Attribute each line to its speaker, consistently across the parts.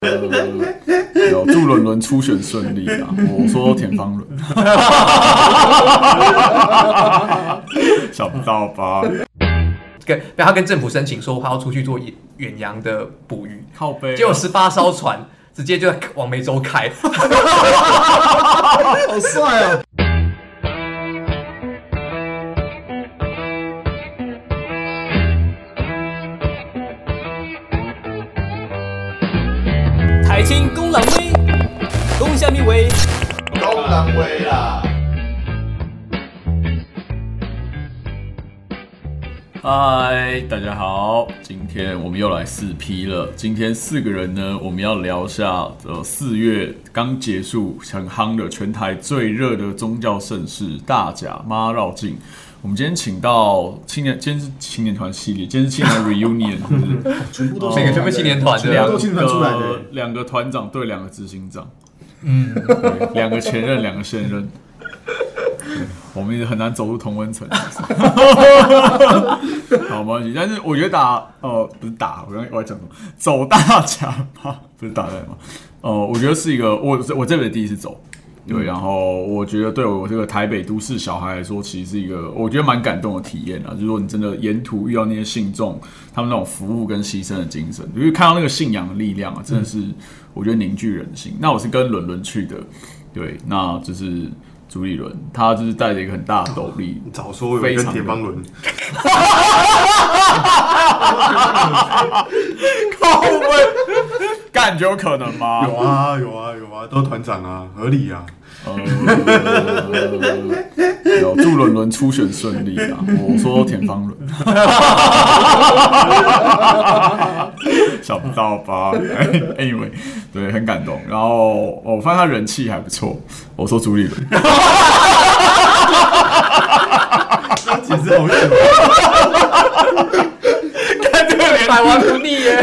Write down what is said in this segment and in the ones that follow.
Speaker 1: 呃 有祝伦伦初选顺利啊！我说田方伦，想不到吧？
Speaker 2: 跟然后他跟政府申请说，他要出去做远远洋的捕鱼，
Speaker 1: 靠背啊
Speaker 2: 结果十八艘船直接就往湄洲开，
Speaker 1: 哦
Speaker 3: 好帅哦！
Speaker 4: 台青公狼威，公下面为
Speaker 3: 公然威啦！
Speaker 1: 嗨，大家好，今天我们又来四批了。今天四个人呢，我们要聊一下呃四月刚结束很夯的全台最热的宗教盛事大甲妈绕境。我们今天请到青年，今天是青年团系列，今天是青年 reunion，是不是？
Speaker 3: 全部都
Speaker 2: 每个全部青年团
Speaker 3: 全部
Speaker 2: 的
Speaker 3: 都青年团出来的
Speaker 1: 呃
Speaker 3: 欸，
Speaker 1: 两个团长对两个执行长，嗯，两个前任，两个现任。我们也很难走入同温层。 好，没关系。但是我觉得打呃不是打，我刚我在讲什么？走大甲吗？ 不是打架吗？呃，我觉得是一个我我这边第一次走，对，然后我觉得对我这个台北都市小孩来说，其实是一个我觉得蛮感动的体验啊。就是说你真的沿途遇到那些信众，他们那种服务跟牺牲的精神，就是看到那个信仰的力量啊，真的是我觉得凝聚人心。那我是跟伦伦去的，对，那就是。朱立伦，他就是带着一个很大的斗笠，
Speaker 5: 早说我有跟铁帮轮，
Speaker 1: 靠背，感觉有可能吗？
Speaker 5: 有啊有啊有啊，都团长啊，合理啊。
Speaker 1: 有祝伦伦初选顺利啊！我说田方伦，想不到吧？Anyway，对，很感动。然后我发现他人气还不错。我说朱立伦，啊
Speaker 5: 其实好久，
Speaker 1: 看这个脸，
Speaker 2: 百玩不腻耶。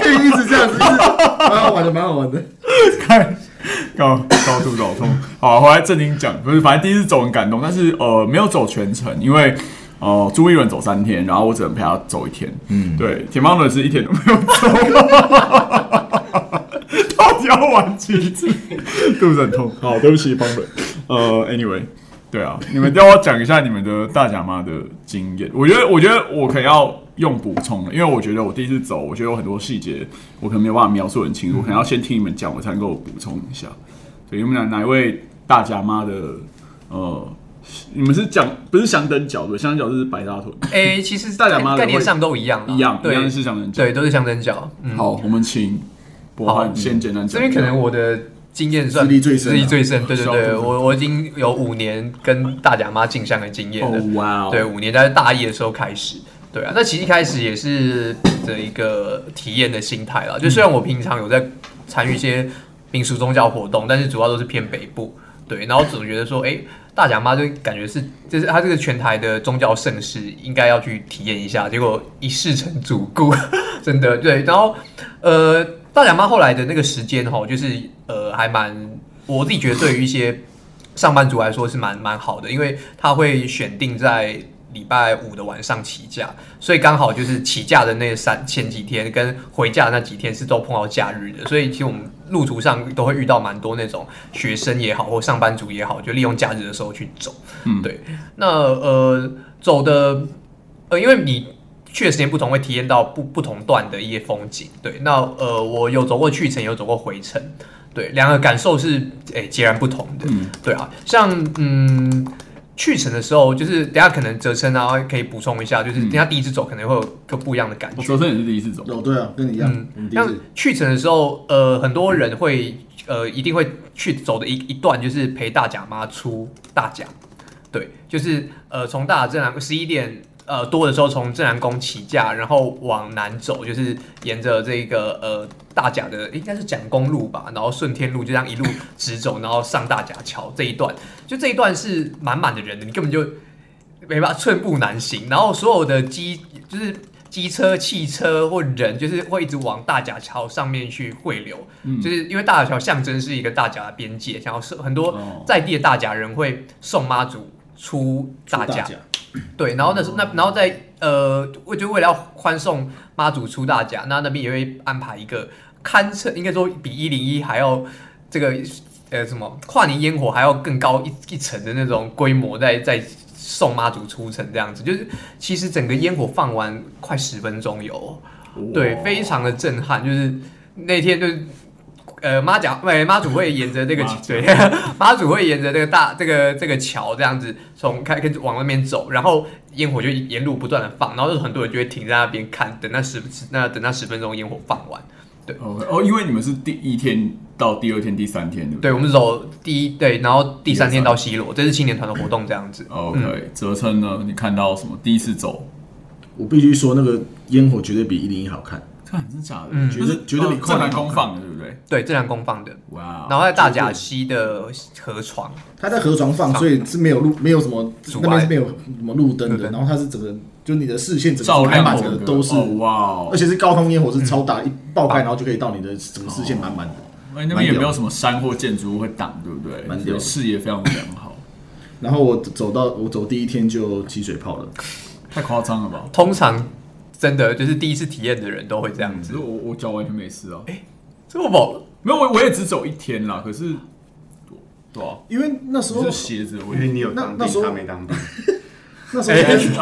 Speaker 3: 可以一直这样子，一直蛮好玩的，蛮好玩的。
Speaker 1: 看 高高度走痛。好，回来正经讲，不是，反正第一次走很感动，但是呃，没有走全程，因为。哦、朱一伦走三天，然后我只能陪他走一天。嗯，对，田方伦是一天都没有走， 到底要玩几次？肚子很痛。好，对不起，方伦。呃，anyway，对啊，你们要我讲一下你们的大甲妈的经验。我觉得，我觉得我可能要用补充了，因为我觉得我第一次走，我觉得有很多细节我可能没有办法描述得很清楚，我可能要先听你们讲，我才能够补充一下。对，你们哪哪一位大甲妈的呃？你们是讲不是香灯脚对，香灯脚是白大腿
Speaker 2: 哎，其实
Speaker 1: 大甲妈的
Speaker 2: 概念上都一样啦，
Speaker 1: 一样，一
Speaker 2: 对
Speaker 1: 样是香灯脚。
Speaker 2: 对，都是象征角。嗯，
Speaker 1: 好，我们请博
Speaker 2: 好
Speaker 1: 翰先简单
Speaker 2: 这
Speaker 1: 讲一下。
Speaker 2: 边可能我的经验算
Speaker 3: 资历最深啊
Speaker 2: 资历最深。对对
Speaker 1: 小部
Speaker 2: 对，
Speaker 1: 分
Speaker 2: 我我已经有五年跟大甲妈进香的经验了。
Speaker 1: 哦哇哦，
Speaker 2: 对，五年在大一的时候开始。对啊，那其实一开始也是秉着一个体验的心态啦。就虽然我平常有在参与一些民俗宗教活动，但是主要都是偏北部。对，然后总觉得说，哎，大甲妈就感觉是，就是她这个全台的宗教盛事，应该要去体验一下。结果一试成主顾，真的对。然后，呃，大甲妈后来的那个时间哈、就是呃，还蛮我自己觉得对于一些上班族来说是蛮蛮好的，因为他会选定在礼拜五的晚上起假，所以刚好就是起假的那三前几天跟回假的那几天是都碰到假日的，所以其实我们路途上都会遇到蛮多那种学生也好或上班族也好，就利用假日的时候去走。
Speaker 1: 嗯
Speaker 2: 对，那呃走的呃，因为你去的时间不同，会体验到不不同段的一些风景。对，那呃，我有走过去程，也有走过回程，对，两个感受是诶、截然不同的。
Speaker 1: 嗯
Speaker 2: 对啊，像嗯。去程的时候，就是等一下可能哲琛啊可以补充一下，
Speaker 1: 嗯
Speaker 2: 就是等一下第一次走可能会有个不一样的感觉。
Speaker 1: 我昨天也是第一次走，
Speaker 3: 有对啊，跟你一样，我们第一
Speaker 2: 像
Speaker 3: 次
Speaker 2: 去程的时候，呃，很多人会呃一定会去走的一一段就是陪大甲妈出大甲，对，就是呃从大甲正南十一点呃多的时候从正南宫起驾，然后往南走，就是沿着这个呃大甲的应该是蒋公路吧，然后顺天路就这样一路直走，然后上大甲桥这一段，就这一段是满满的人的，你根本就没办法寸步难行，然后所有的机就是机车、汽车或人，就是会一直往大甲桥上面去汇流，就是因为大甲桥象征是一个大甲的边界，然后是很多
Speaker 1: 哦
Speaker 2: 在地的大甲人会送妈祖出大
Speaker 3: 出
Speaker 2: 甲，对，然后那时候那然后在呃，为就为了要欢送妈祖出大甲，那那边也会安排一个堪称应该说比一零一还要这个呃什么跨年烟火还要更高一一层的那种规模在，在送妈祖出城这样子，就是其实整个烟火放完快十分钟有，对，非常的震撼，就是那天就是。呃，妈甲对妈祖会沿着这个
Speaker 1: 妈 祖
Speaker 2: 对，妈祖会沿着这个大这个这个桥这样子从开开始往外面走，然后烟火就沿路不断的放，然后就很多人就会停在那边看，等那十那等那十分钟烟火放完。
Speaker 1: OK，哦，因为你们是第一天到第二天、第三天，对不
Speaker 2: 对，我们走第一对，然后第三天到西罗，这是青年团的活动这样子。
Speaker 1: 哦？OK，泽琛呢？你看到什么？第一次走，
Speaker 6: 我必须说，那个烟火绝对比一零一好看。
Speaker 1: 看真假的，
Speaker 2: 嗯
Speaker 1: 就是
Speaker 6: 绝对绝对比
Speaker 1: 哦
Speaker 6: 跨
Speaker 1: 正
Speaker 6: 年
Speaker 1: 南
Speaker 6: 好
Speaker 1: 公
Speaker 6: 看
Speaker 1: 放的，对不对？
Speaker 2: 对，这两公放的，
Speaker 1: 哇，哦
Speaker 2: 然后在大甲溪的河床，
Speaker 6: 它在河床放，
Speaker 2: 上
Speaker 6: 所以是没有路，没有什么
Speaker 2: 阻碍
Speaker 6: 那边是没有什么路
Speaker 2: 对
Speaker 6: 灯的。
Speaker 2: 对
Speaker 6: 然后它是整个，就你的视线整
Speaker 1: 照
Speaker 6: 个
Speaker 1: 亮
Speaker 6: 开满，
Speaker 1: 整
Speaker 6: 整
Speaker 1: 个
Speaker 6: 个都是，
Speaker 1: 哦哇哦，
Speaker 6: 而且是高空烟火是超大，一爆开然后就可以到你的整个视线满满的。
Speaker 1: 哎那边也没有什么山或建筑物会挡，对不对？
Speaker 6: 蛮屌
Speaker 1: 所以
Speaker 6: 的
Speaker 1: 视野非常良好，
Speaker 6: 然后我走到我走第一天就起水泡了，
Speaker 1: 太夸张了吧？
Speaker 2: 通常真的就是第一次体验的人都会这样
Speaker 1: 只
Speaker 2: 子
Speaker 1: 是。我我脚完全没事啊，
Speaker 2: 这么猛，
Speaker 1: 没有我我也只走一天啦，可是对啊，
Speaker 6: 因为那时候
Speaker 1: 只是鞋子的
Speaker 5: 因为
Speaker 1: 问题
Speaker 5: 你有当
Speaker 6: 那那时
Speaker 5: 兵，
Speaker 6: 候
Speaker 5: 他没当兵。
Speaker 6: 那时候天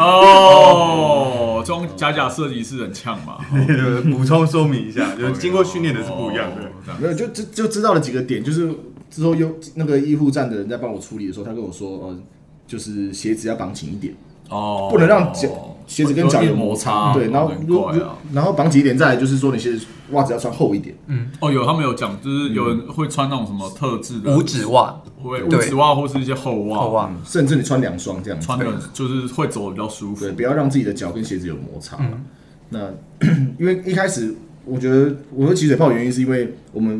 Speaker 1: 哦，这种假假设计师很呛 嘛，
Speaker 5: 对补充说明一下，就是经过训练的是不一样的
Speaker 1: 哦。这样
Speaker 6: 没有，就就就知道了几个点，就是之后又那个医护站的人在帮我处理的时候，他跟我说，呃，就是鞋子要绑紧一点，
Speaker 1: 哦，
Speaker 6: 不能让脚鞋子跟脚嗯
Speaker 1: 有摩擦，
Speaker 6: 对，然后
Speaker 1: 难
Speaker 6: 如果
Speaker 1: 怪啊。
Speaker 6: 然后绑紧一点，再来就是说你鞋子袜子要穿厚一点，
Speaker 1: 哦，有他们有讲，就是有
Speaker 6: 嗯
Speaker 1: 人会穿那种什么特制的
Speaker 2: 五指袜、
Speaker 1: 会五
Speaker 2: 对
Speaker 1: 指袜或是一些厚袜，
Speaker 2: 厚袜，
Speaker 6: 甚至你穿两双这样子，
Speaker 1: 穿的就是会走的比较舒服
Speaker 6: 对，。不要让自己的脚跟鞋子有摩擦嘛。
Speaker 1: 嗯
Speaker 6: 那 因为一开始我觉得我说起水泡的原因是因为我们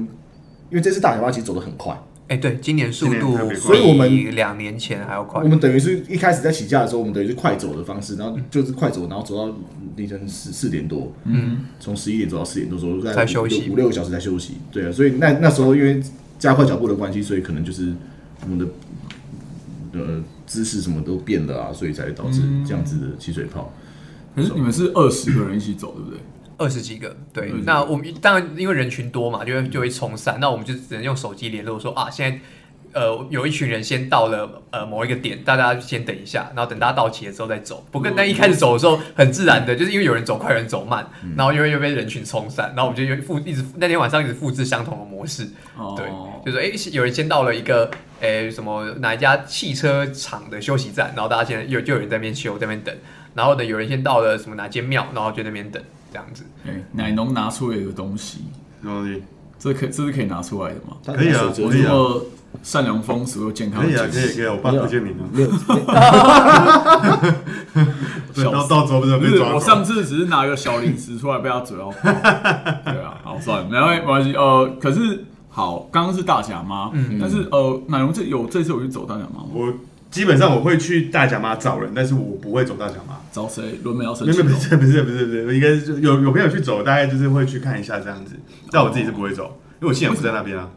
Speaker 6: 因为这次大小蛙其实走得很快，
Speaker 2: 哎，对，今年速
Speaker 5: 今年
Speaker 2: 度
Speaker 5: 特别快
Speaker 6: 所以我们
Speaker 2: 比两年前还要快
Speaker 6: 我。们等于是一开始在起价的时候，我们等于是快走的方式，然
Speaker 2: 嗯
Speaker 6: 后就是快走，然后走到凌晨四四点多，嗯，从十一点走到四点多左右，大概
Speaker 2: 才休息
Speaker 6: 五五六个小时才休息。对啊，所以那那时候因为加快脚步的关系，所以可能就是我们的呃姿势什么都变了啊，所以才导致这样子的起水泡。
Speaker 1: 可是你们是二十个人一起走，对不对？
Speaker 2: 二十几个，对
Speaker 1: 20几个，
Speaker 2: 那我们当然因为人群多嘛，就会就会冲散，那我们就只能用手机联络说啊，现在呃有一群人先到了呃某一个点，大家先等一下，然后等大家到齐了之后再走。不过那一开始走的时候很自
Speaker 6: 嗯
Speaker 2: 然的，就是因为有人走快，有人走慢，然后因为又被人群冲散，然后我们就又复一直那天晚上一直复制相同的模式，
Speaker 1: 哦
Speaker 2: 对，就是哎、诶有人先到了一个诶、什么哪一家汽车厂的休息站，然后大家现在有就有人在那边休，在那边等，然后呢有人先到了什么哪间庙，然后就在那边等这样子。
Speaker 1: 哎，奶农拿出了一个东西，
Speaker 5: 什么东西？
Speaker 1: 这可这是可以拿出来的吗？
Speaker 6: 它
Speaker 5: 可以啊
Speaker 6: 它水
Speaker 5: 我
Speaker 6: 折
Speaker 5: 可以
Speaker 1: 如
Speaker 5: 啊
Speaker 1: 果善良风俗又健康
Speaker 5: 可
Speaker 1: 的
Speaker 5: 以啊，
Speaker 1: 建
Speaker 5: 可
Speaker 1: 设
Speaker 5: 以可以啊，我爸不见名啊。
Speaker 6: 没有，
Speaker 5: 对，
Speaker 1: 笑
Speaker 5: 到
Speaker 1: 死
Speaker 5: 到时候不是
Speaker 1: 不
Speaker 5: 被
Speaker 1: 是，
Speaker 5: 抓
Speaker 1: 我
Speaker 5: 走？
Speaker 1: 上次只是拿一个小零食出来被他嘴到 爆。对啊，好算了，没关系，没关系。呃，可是好，刚刚是大甲妈，但是呃，奶龙这有这次我去走大甲妈吗？
Speaker 5: 我基本上我会去大甲妈找人，但是我不会走大甲妈。
Speaker 1: 找谁？轮美要生
Speaker 5: 没
Speaker 1: 气哦
Speaker 5: 有
Speaker 1: 了
Speaker 5: 没有不是不是不是不是，应该是有有朋友去走，大概就是会去看一下这样子。但我自己是不会走，因为我信仰不在那边啊。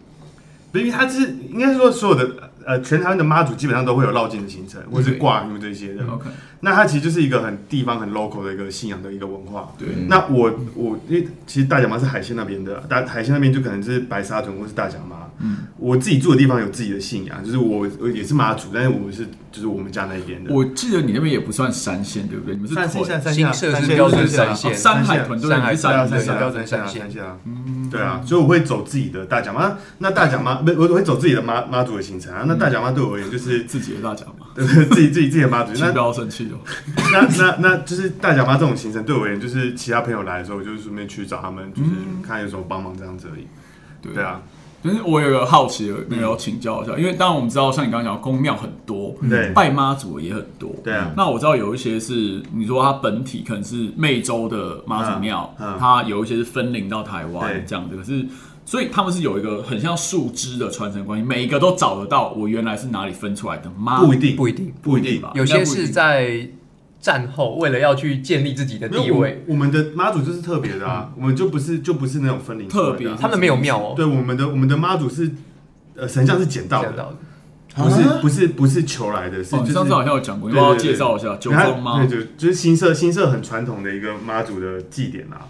Speaker 5: 不是因为他是应该是说所有的呃全台湾的妈祖基本上都会有绕境的行程，或是挂你们这些的。
Speaker 1: OK，
Speaker 5: 那它其实就是一个很地方很 local 的一个信仰的一个文化。
Speaker 1: 对
Speaker 5: 那我我因为其实大甲妈是海鲜那边的，大海鲜那边就可能是白沙屯或是大甲妈。嗯，我自己住的地方有自己的信仰，就是我我也是妈祖，但是我们是就是我们家那边的。
Speaker 1: 我记得你那边也不算山线，对不对？你们是
Speaker 5: 三线
Speaker 1: 屯
Speaker 5: 下三
Speaker 2: 新
Speaker 5: 下
Speaker 2: 社
Speaker 5: 三
Speaker 2: 是
Speaker 5: 线
Speaker 2: 标
Speaker 5: 三
Speaker 2: 准
Speaker 5: 线啊
Speaker 2: 三线
Speaker 5: 哦
Speaker 1: 山海豚，对不对？
Speaker 2: 山
Speaker 1: 你
Speaker 2: 海
Speaker 1: 是
Speaker 5: 对啊，
Speaker 1: 山
Speaker 5: 三
Speaker 1: 海
Speaker 5: 线
Speaker 1: 豚
Speaker 5: 啊
Speaker 2: 标准
Speaker 5: 三
Speaker 2: 三
Speaker 5: 线
Speaker 2: 线
Speaker 5: 啊三线啊，嗯，对啊，所以我会走自己的大甲妈，那大甲妈不，我我会走自己的妈妈祖的行程啊。那大甲妈对我而言就是
Speaker 1: 自己的大甲妈，
Speaker 5: 自己自己自己的妈 祖，
Speaker 1: 请
Speaker 5: 那
Speaker 1: 不要生气哦。
Speaker 5: 那那那就是大甲妈这种行程对我而言，就是其他朋友来的时候，我就是顺便去找他们，
Speaker 2: 嗯
Speaker 5: 就是看有什么帮忙这样子而已。对啊，
Speaker 1: 但是我有个好奇的，那个要请教一下，因为当然我们知道，像你刚刚讲，宫庙很多，
Speaker 5: 嗯对
Speaker 1: 拜妈祖的也很多，
Speaker 5: 对啊
Speaker 1: 那我知道有一些是你说它本体可能是湄洲的妈祖庙，
Speaker 5: 嗯嗯
Speaker 1: 它有一些是分灵到台湾
Speaker 5: 对
Speaker 1: 这样子，可是。所以他们是有一个很像树枝的传承关系，每一个都找得到我原来是哪里分出来的妈，
Speaker 5: 不一定，
Speaker 2: 啊不一定
Speaker 5: 不一定
Speaker 1: 吧
Speaker 2: 有
Speaker 1: 应
Speaker 2: 些
Speaker 1: 该不一定
Speaker 2: 是在战后为了要去建立自己的
Speaker 5: 没有
Speaker 2: 地位，嗯
Speaker 5: 我我们的妈祖就是特别的啊，我们就不是就不是那种分灵出来的啊
Speaker 1: 特别
Speaker 2: 他们没有庙哦，
Speaker 5: 对我们的我们的妈祖是呃神像是捡到
Speaker 2: 吓
Speaker 5: 的，
Speaker 2: 到了
Speaker 5: 不是不是不是求来的，是
Speaker 1: 啊哦，
Speaker 5: 就
Speaker 1: 你
Speaker 5: 是
Speaker 1: 上次好像有讲过，你
Speaker 5: 对
Speaker 1: 要不要
Speaker 5: 对对
Speaker 1: 介绍一下九
Speaker 5: 然后
Speaker 1: 峰妈
Speaker 5: 对，就就是新社新社很传统的一个妈祖的祭典啊。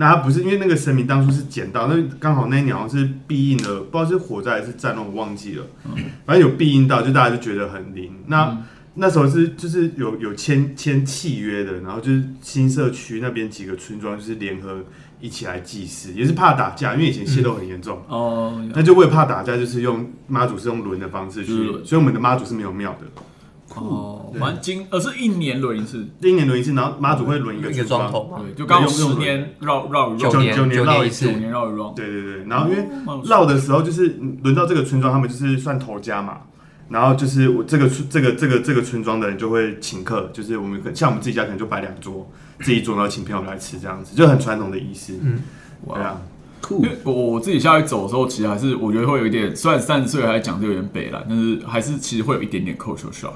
Speaker 5: 那它不是因为那个神明当初是捡到，那刚好那一年好像是庇应了，不知道是火灾还是战乱，我忘记了，反正有庇应到，就大家就觉得很灵。那、
Speaker 1: 嗯
Speaker 5: 那时候是就是有有签签契约的，然后就是新社区那边几个村庄就是联合一起来祭祀，也是怕打架，因为以前械斗很严重。
Speaker 1: 哦，
Speaker 5: 那就为了怕打架，就是用妈祖是用轮的方式去
Speaker 1: 就是轮，
Speaker 5: 所以我们的妈祖是没有庙的，
Speaker 1: 哦，反正今呃是一年轮一次，
Speaker 5: 一年轮一次，然后妈祖会轮一
Speaker 2: 有
Speaker 5: 个
Speaker 2: 一个
Speaker 5: 村
Speaker 2: 庄
Speaker 5: 庄。
Speaker 2: 头嘛，
Speaker 1: 对，就刚好
Speaker 5: 用用
Speaker 1: 十
Speaker 5: 轮
Speaker 1: 年绕绕一
Speaker 2: 九
Speaker 1: 绕，
Speaker 5: 九
Speaker 2: 年
Speaker 5: 九年
Speaker 2: 年
Speaker 5: 绕
Speaker 2: 一
Speaker 5: 一
Speaker 2: 次
Speaker 1: 九，年绕一绕，
Speaker 5: 对对对，然后因为
Speaker 1: 蛮有趣的
Speaker 5: 绕的时候就是嗯轮到这个村庄，他们就是算头家嘛。然后就是我这个村这个这个这个村庄的人就会请客，就是我们可像我们自己家可能就摆两桌，自己一桌然后请朋友来吃这样子，就很传统的仪式。嗯，对啊，
Speaker 6: 酷
Speaker 1: 因为我我自己下去走的时候，其实还是我觉得会有一点，虽然三十岁还讲这有点北了，但是还是其实会有一点点 culture shock，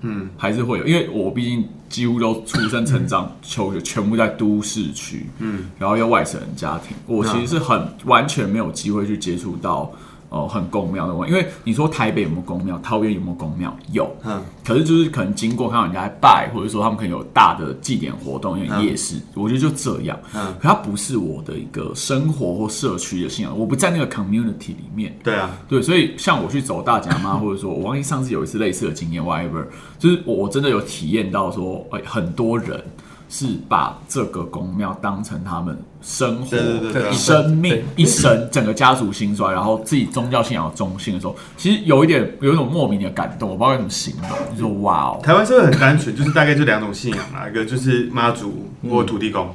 Speaker 5: 嗯，
Speaker 1: 还是会有，因为我毕竟几乎都出生成长，求全部在都市区，嗯，然后又外省人家庭，我其实是很完全没有机会去接触到。哦，很公庙的文化，因为你说台北有没有公庙，桃园有没有公庙？有，
Speaker 5: 嗯，
Speaker 1: 可是就是可能经过看到人家在拜，或者说他们可能有大的祭典活动，有点夜市，我觉得就这样。
Speaker 5: 嗯
Speaker 1: 可它不是我的一个生活或社区的信仰，我不在那个 community 里面。
Speaker 5: 对啊，
Speaker 1: 对，所以像我去走大甲妈， 或者说我忘记上次有一次类似的经验，whatever，就是我真的有体验到说，哎、很多人是把这个公庙当成他们生活、
Speaker 5: 对对对对啊，
Speaker 1: 生命
Speaker 2: 对、
Speaker 1: 一生、整个家族兴衰，然后自己宗教信仰的中心的时候，其实有一点有一种莫名的感动，我不知道该怎么形容。就
Speaker 5: 嗯
Speaker 1: 说哇哦，
Speaker 5: 台湾社会很单纯，就是大概就两种信仰啊啦，一个就是妈祖或土地公，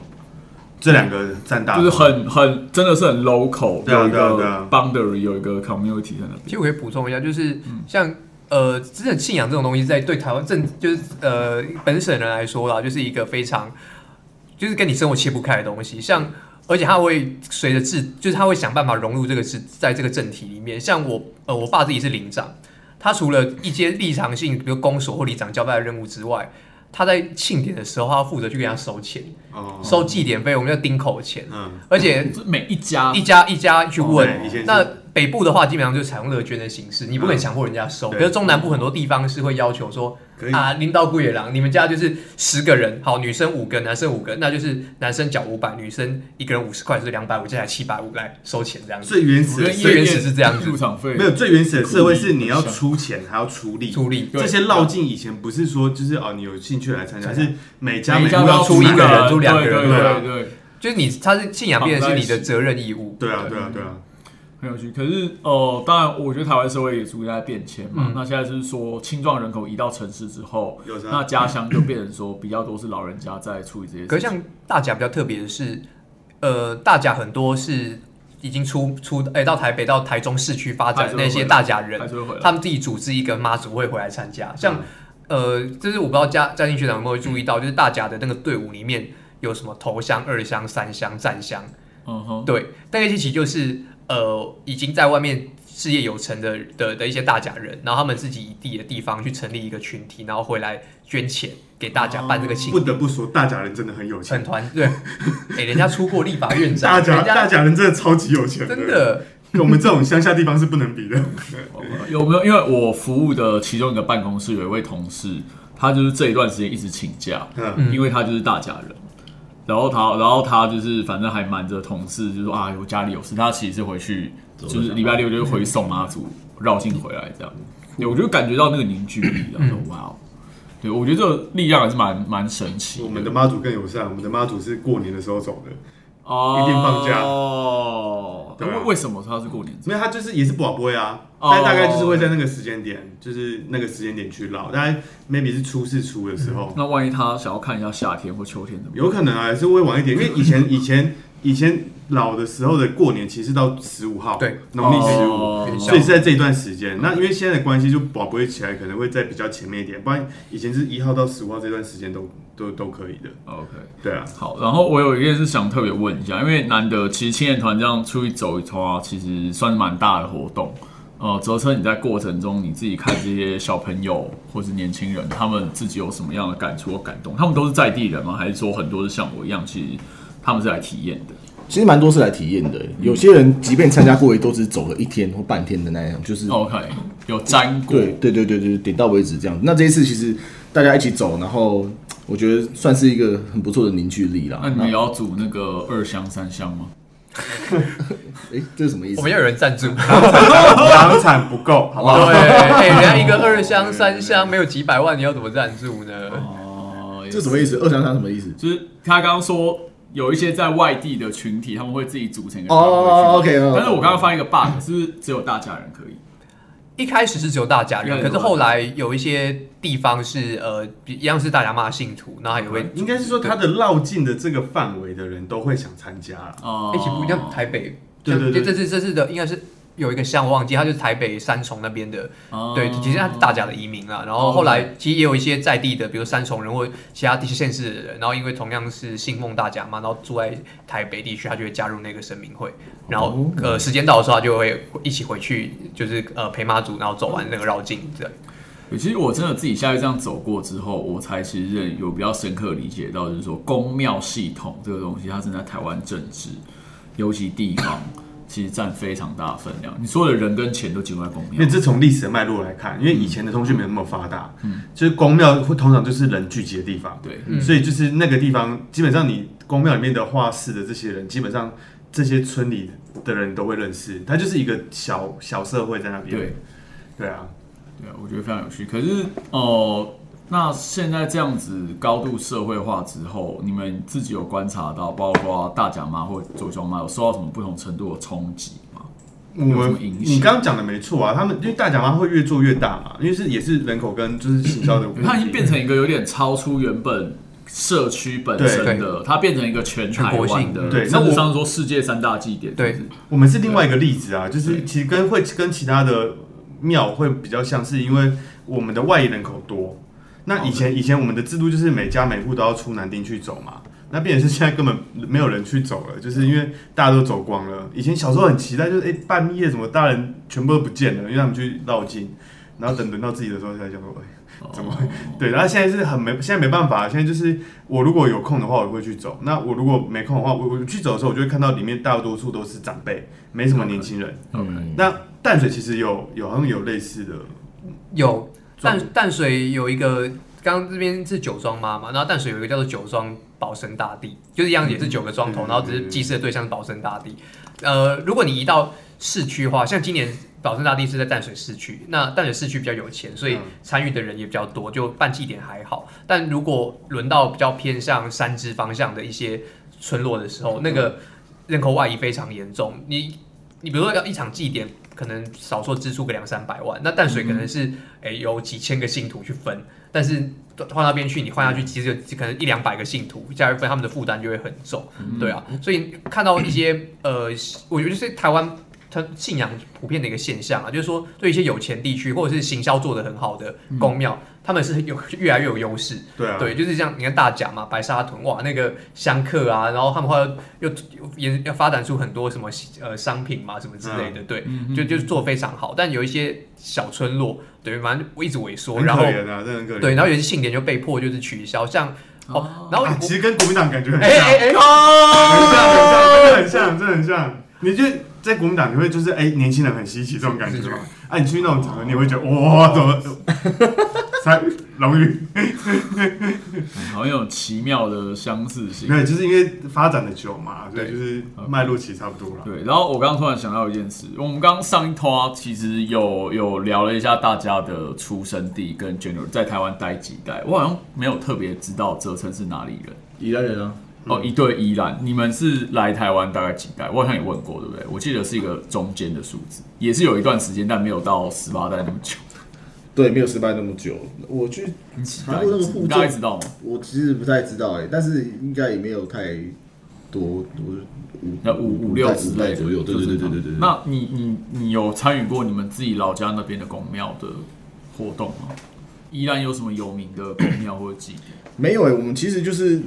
Speaker 5: 这两个占大
Speaker 1: 就
Speaker 5: 头。
Speaker 1: 是很很真的是很 local，
Speaker 5: 对啊
Speaker 1: 有一
Speaker 5: 对啊对
Speaker 1: 个
Speaker 5: 啊
Speaker 1: boundary，有一个 community 在那边。
Speaker 2: 其实我可以补充一下，就是像呃，真的信仰这种东西，在对台湾政就是呃本省人来说啦，就是一个非常就是跟你生活切不开的东西。像而且他会随着制，就是他会想办法融入这个制，在这个政体里面。像我呃，我爸自己是领长，他除了一些立场性，比如公所或里长交办的任务之外，他在庆典的时候，他要负责去给他收钱，
Speaker 5: 哦，
Speaker 2: 收祭典费，我们叫丁口钱，
Speaker 5: 嗯，
Speaker 2: 而且
Speaker 1: 是每一家
Speaker 2: 一家一家去问
Speaker 5: 啊哦对以前。是嗯
Speaker 2: 那北部的话，基本上就是采用乐捐的形式，你不可能强迫人家收。
Speaker 5: 对
Speaker 2: 可是中南部很多地方是会要求说
Speaker 5: 可以
Speaker 2: 啊，领导顾野狼，你们家就是十个人，好，女生五个，男生五个，那就是男生缴五百，女生一个人五十块，就是两百五，接下来七百五来收钱这样子。
Speaker 5: 最原始的
Speaker 2: 以
Speaker 5: 社
Speaker 2: 最原始是这样子
Speaker 1: 入场费
Speaker 5: 没有最原始的社会是你要出钱还要出力。
Speaker 2: 出力
Speaker 5: 这些绕境以前不是说就是哦，你有兴趣来参加，
Speaker 2: 参加
Speaker 5: 是每家
Speaker 1: 每
Speaker 5: 每
Speaker 1: 一家
Speaker 5: 户
Speaker 1: 都要
Speaker 5: 出
Speaker 2: 出
Speaker 5: 一
Speaker 2: 一
Speaker 5: 个
Speaker 2: 个
Speaker 5: 人。
Speaker 2: 人出两个
Speaker 1: 对
Speaker 2: 人
Speaker 1: 对
Speaker 5: 对啊
Speaker 1: 对对，对
Speaker 2: 就是你，他是信仰变成是你的责任义务。
Speaker 5: 对啊，对啊，对啊，
Speaker 1: 很有趣。可是呃，当然，我觉得台湾社会也逐渐在变迁嘛。
Speaker 2: 嗯
Speaker 1: 那现在就是说，青壮人口移到城市之后
Speaker 5: 有，差
Speaker 1: 那家乡就变成说比较多是老人家在处理这些
Speaker 2: 可
Speaker 1: 事
Speaker 2: 是
Speaker 1: 情。
Speaker 2: 像大甲比较特别的是，呃，大甲很多是已经出出哎、到台北到台中市区发展
Speaker 1: 还是
Speaker 2: 的
Speaker 1: 会
Speaker 2: 那些
Speaker 1: 回来
Speaker 2: 大甲人
Speaker 1: 还是会回来，
Speaker 2: 他们自己组织一个妈祖会回来参加。像、
Speaker 5: 嗯
Speaker 2: 呃，就是我不知道嘉嘉欣学长有没有注意到，就是大甲的那个队伍里面有什么头香、二香、三香、战香，
Speaker 1: 嗯
Speaker 5: 哦
Speaker 1: 哼，
Speaker 2: 对，那些其实就是呃已经在外面事业有成的的的一些大甲人，然后他们自己以地的地方去成立一个群体，然后回来捐钱给大甲办这个庆
Speaker 5: 哦不得不说，大甲人真的很有
Speaker 2: 成
Speaker 5: 钱。
Speaker 2: 团 对，哎、人家出过立法院长，
Speaker 5: 大甲
Speaker 2: 人家
Speaker 5: 大甲人真的超级有钱
Speaker 2: 真，的
Speaker 5: 跟我们这种乡下地方是不能比的。
Speaker 1: 有没有？因为我服务的其中一个办公室有一位同事，他就是这一段时间一直请假，
Speaker 5: 嗯，
Speaker 1: 因为他就是大家人。然后他，然后他就是反正还瞒着同事，就说啊，我家里有事。他其实是回去，就是礼拜六就是回送妈祖绕境回来这样。对，我就感觉到那个凝聚力，然后说哇哦，对我觉得这个力量还是蛮蛮神奇的。
Speaker 5: 我们的妈祖更友善，我们的妈祖是过年的时候走的，
Speaker 1: 哦，
Speaker 5: 一定放假
Speaker 1: 哦。
Speaker 5: 对啊
Speaker 1: 为为什么他是过年？
Speaker 5: 没有，他就是也是不好播呀，
Speaker 1: 哦
Speaker 5: 但大概就是会在那个时间点，就是那个时间点去绕，大概 maybe 是初四初的时候，
Speaker 1: 那万一他想要看一下夏天或秋天怎么办？
Speaker 5: 有可能啊，还是会晚一点，因为以前以前以前老的时候的过年其实到十五号，
Speaker 2: 对，
Speaker 5: 农历十五。
Speaker 1: 哦
Speaker 5: 所以是在这一段时间，那因为现在的关系，就宝贝起来可能会在比较前面一点，不然以前是一号到十五号这段时间都都都可以的，
Speaker 1: OK。
Speaker 5: 对啊，
Speaker 1: 好，然后我有一件事想特别问一下，因为难得其实青年团这样出去走一趟啊，其实算是蛮大的活动。呃，泽琛，你在过程中你自己看这些小朋友或是年轻人，他们自己有什么样的感触或感动？他们都是在地人吗？还是说很多是像我一样，其实他们是来体验的？
Speaker 6: 其实蛮多是来体验的，有些人即便参加过，也都只走了一天或半天的那样，就是
Speaker 1: 哦 OK，有沾过，
Speaker 6: 对对对对对，点到为止这样。那这一次其实大家一起走，然后我觉得算是一个很不错的凝聚力啦。
Speaker 1: 啊那你们也要煮那个呃二香三香吗？
Speaker 6: 哎，这是什么意思？
Speaker 2: 我们要有人赞助。
Speaker 5: 房产不够，好不好？
Speaker 2: 对，哎、人家一个二箱、三箱没有几百万，你要怎么赞助呢？
Speaker 1: 哦，
Speaker 6: 这什么意思？二三三什么意思？
Speaker 1: 就是他刚刚说有一些在外地的群体，他们会自己组成一个团队去
Speaker 6: 哦，OK，哦
Speaker 1: 但是我刚刚发现一个 bug，是不是只有大家人可以？
Speaker 2: 一开始是只有大家人，
Speaker 1: 嗯
Speaker 2: 可是后来有一些地方是呃，一样是大家骂信徒，然后也会
Speaker 5: 应该是说他的绕境的这个范围的人都会想参加啊啦。
Speaker 1: 哦，
Speaker 2: 一起哎不一样。台北，
Speaker 5: 对对对
Speaker 2: 这次这次的应该是有一个项我忘记，他就是台北三重那边的，
Speaker 1: 哦
Speaker 2: 对，其实他是大甲的移民啦。然后后来其实也有一些在地的，比如三重人或其他地区县市的人，然后因为同样是信奉大甲嘛，然后住在台北地区，他就会加入那个神明会，然后呃时间到的时候，他就会一起回去，就是呃陪妈祖，然后走完那个绕境对。
Speaker 1: 对其实我真的自己下去这样走过之后，我才其实认有比较深刻地理解到，就是说公庙系统这个东西，它真的在台湾政治，尤其地方，其实占非常大的分量。你所有的人跟钱都集中在公庙
Speaker 5: 因为，这从历史的脉络来看，因为以前的通讯没有那么发达，就是公庙会通常就是人聚集的地方，
Speaker 1: 对，嗯
Speaker 5: 所以就是那个地方，基本上你公庙里面的画室的这些人，基本上这些村里的人都会认识，它就是一个小小社会在那边。
Speaker 1: 对，
Speaker 5: 对啊，
Speaker 1: 对啊，我觉得非常有趣。可是哦、那现在这样子高度社会化之后，你们自己有观察到，包括大甲妈或左熊妈有受到什么不同程度的冲击吗？
Speaker 5: 我
Speaker 1: 有什
Speaker 5: 们
Speaker 1: 么影响
Speaker 5: 你刚刚讲的没错啊，他们因为大甲妈会越做越大嘛，因为是也是人口跟就是行销的
Speaker 2: 嗯
Speaker 5: 问题，
Speaker 1: 嗯它已经变成一个有点超出原本社区本
Speaker 2: 对
Speaker 1: 身的，
Speaker 2: 对
Speaker 1: 它变成一个全台
Speaker 2: 全国
Speaker 1: 湾
Speaker 2: 性
Speaker 1: 的，
Speaker 5: 对那
Speaker 1: 甚
Speaker 5: 我
Speaker 1: 至上说世界三大祭典，
Speaker 2: 对
Speaker 1: 是不是
Speaker 5: 我们是另外一个例子啊，就是其实跟会跟其他的庙会比较像，是因为我们的外移人口多。那以前以前我们的制度就是每家每户都要出南丁去走嘛，那变成是现在根本没有人去走了，就是因为大家都走光了。以前小时候很期待，就是哎、半夜怎么大人全部都不见了，因为他们去绕境，然后等轮到自己的时候才想说，哎、怎么会？对，然后现在是很没，现在没办法，现在就是我如果有空的话，我会去走；那我如果没空的话，我我去走的时候，我就会看到里面大多数都是长辈，没什么年轻人。
Speaker 1: ？OK，
Speaker 5: 那淡水其实有有好像有类似的，
Speaker 2: 有淡淡水有一个，刚刚这边是酒庄妈妈，然后淡水有一个叫做酒庄保生大帝，就是一样也是九个庄头，
Speaker 5: 嗯
Speaker 2: 然后只是祭祀的对象是保生大帝。呃，如果你移到市区的话，像今年保生大帝是在淡水市区，那淡水市区比较有钱，所以
Speaker 5: 嗯
Speaker 2: 参与的人也比较多，就办祭典还好。但如果轮到比较偏向山支方向的一些村落的时候，那
Speaker 5: 嗯
Speaker 2: 个人口外移非常严重。你你比如说要一场祭典，可能少说支出个两三百万，那淡水
Speaker 5: 嗯
Speaker 2: 可能是诶、哎有几千个信徒去分，但是换那边去，你换下去其实就可能一两百个信徒加一分，他们的负担就会很重，对啊，所以看到一些呃，我觉得就是台湾。它信仰普遍的一个现象啊，就是说对一些有钱地区或者是行销做得很好的公庙，他们是有越来越有优势，
Speaker 5: 对啊，
Speaker 2: 对，就是像你看大甲嘛，白沙屯哇，那个香客啊，然后他们后来又又也要发展出很多什么呃商品嘛，什么之
Speaker 5: 嗯
Speaker 2: 类的，对，就就是做得非常好。但有一些小村落，对，反正我一直萎缩，
Speaker 5: 很可
Speaker 2: 然后
Speaker 5: 怜啊，真的很可怜。
Speaker 2: 对，然后有一些庆典就被迫就是取消，像哦，然后
Speaker 5: 啊，其
Speaker 2: 我
Speaker 5: 实跟国民党感觉很
Speaker 2: 哎
Speaker 5: 像，
Speaker 2: 哎
Speaker 5: 很
Speaker 2: 哎，哦
Speaker 5: 像，很像，真的很像，真的很像。你就在国民党，你会就是哎、年轻人很稀奇这种感觉吗？啊，你去那种场合，你会觉得哇、怎么？ 才龙宇
Speaker 1: 好像有奇妙的相似性
Speaker 5: 没。有，就是因为发展的久嘛，所以
Speaker 2: 对
Speaker 5: 就是脉络其实差不多了。
Speaker 1: 对，然后我刚刚突然想到一件事，我们刚刚上一拖其实有有聊了一下大家的出生地跟 general 在台湾待几代，我好像没有特别知道泽成是哪里人。
Speaker 6: 宜兰人啊，
Speaker 1: 哦，一对宜兰，你们是来台湾大概几代？我好像也问过，对不对？我记得是一个中间的数字，也是有一段时间，但没有到十八代那么久。
Speaker 6: 对，没有失败那么久。我去
Speaker 1: 大
Speaker 6: 查
Speaker 1: 概
Speaker 6: 过那个户
Speaker 1: 你大概知
Speaker 6: 政，
Speaker 1: 道吗？
Speaker 6: 我其实不太知道哎、但是应该也没有太多多五
Speaker 1: 那五五六
Speaker 6: 代
Speaker 1: 之
Speaker 6: 五
Speaker 1: 类
Speaker 6: 代
Speaker 1: 的
Speaker 6: 左右，对对对对对对。
Speaker 1: 那你你你有参与过你们自己老家那边的公庙的活动吗？宜兰有什么有名的公庙或者祭典？
Speaker 6: 没有哎、我们其实就是。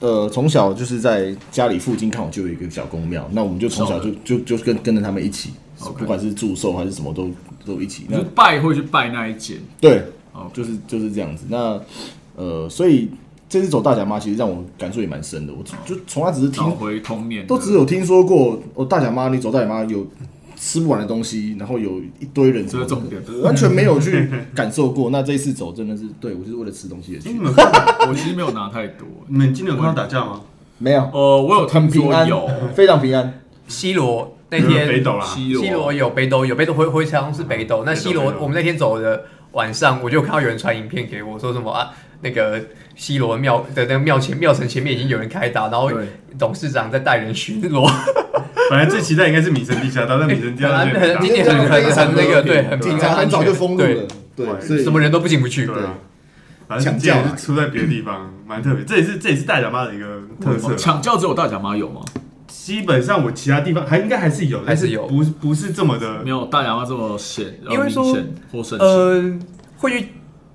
Speaker 6: 呃，从小就是在家里附近看，我就有一个小公庙，那我们就从小就就就跟跟着他们一起
Speaker 1: OK 嗯
Speaker 6: 不管是祝寿还是什么都都一起。
Speaker 1: 你
Speaker 6: 那
Speaker 1: 就拜会去拜那一间，
Speaker 6: 对，
Speaker 1: OK
Speaker 6: 就是就是这样子。那呃，所以这次走大甲妈，其实让我感触也蛮深的。我就就从他只是听
Speaker 1: 找回童年的，
Speaker 6: 都只有听说过哦，大甲妈，你走大甲妈有吃不完的东西，然后有一堆人，
Speaker 1: 这是重点
Speaker 6: 完全没有去感受过。那这一次走真的是，对我就是为了吃东西而
Speaker 5: 哎
Speaker 1: 嗯
Speaker 6: 去
Speaker 5: 你，们有看到
Speaker 1: 我其实没有拿太多。
Speaker 5: 你们今年有看到打架吗？
Speaker 6: 没有，
Speaker 1: 呃，我有
Speaker 6: 很
Speaker 1: 听
Speaker 6: 平
Speaker 1: 说
Speaker 6: 安
Speaker 1: 有，
Speaker 6: 非常平安。
Speaker 2: 西罗那
Speaker 5: 有没有北
Speaker 2: 天
Speaker 5: 斗啦，
Speaker 1: 西
Speaker 2: 西罗
Speaker 1: 罗
Speaker 2: 有，北斗有，北斗回回长是北斗。那西
Speaker 5: 北
Speaker 2: 罗
Speaker 5: 斗北，斗
Speaker 2: 我们那天走的晚上，我就看到有人传影片给我，说什么啊，那个西罗庙的那个庙前庙城前面已经有人开打，然后
Speaker 1: 对
Speaker 2: 董事长在带人巡逻。
Speaker 5: 本来最期待应该是米神地下道，但米神 地下道就很大
Speaker 2: 今年很很很那个，对，很
Speaker 6: 警察很早就封路了，对，所以
Speaker 2: 什么人都不进不去。
Speaker 5: 对啊。反正今年是出在别的地方，蛮特别。这也是这也是大甲妈的一个特色啦。
Speaker 1: 抢教只有大甲妈有吗？
Speaker 5: 基本上我其他地方还应该还是有，
Speaker 2: 还是有
Speaker 5: 但不是不是这么的
Speaker 1: 没有大甲妈这么显，呃
Speaker 2: 因为
Speaker 1: 明
Speaker 2: 说
Speaker 1: 显或盛行。
Speaker 2: 呃，会去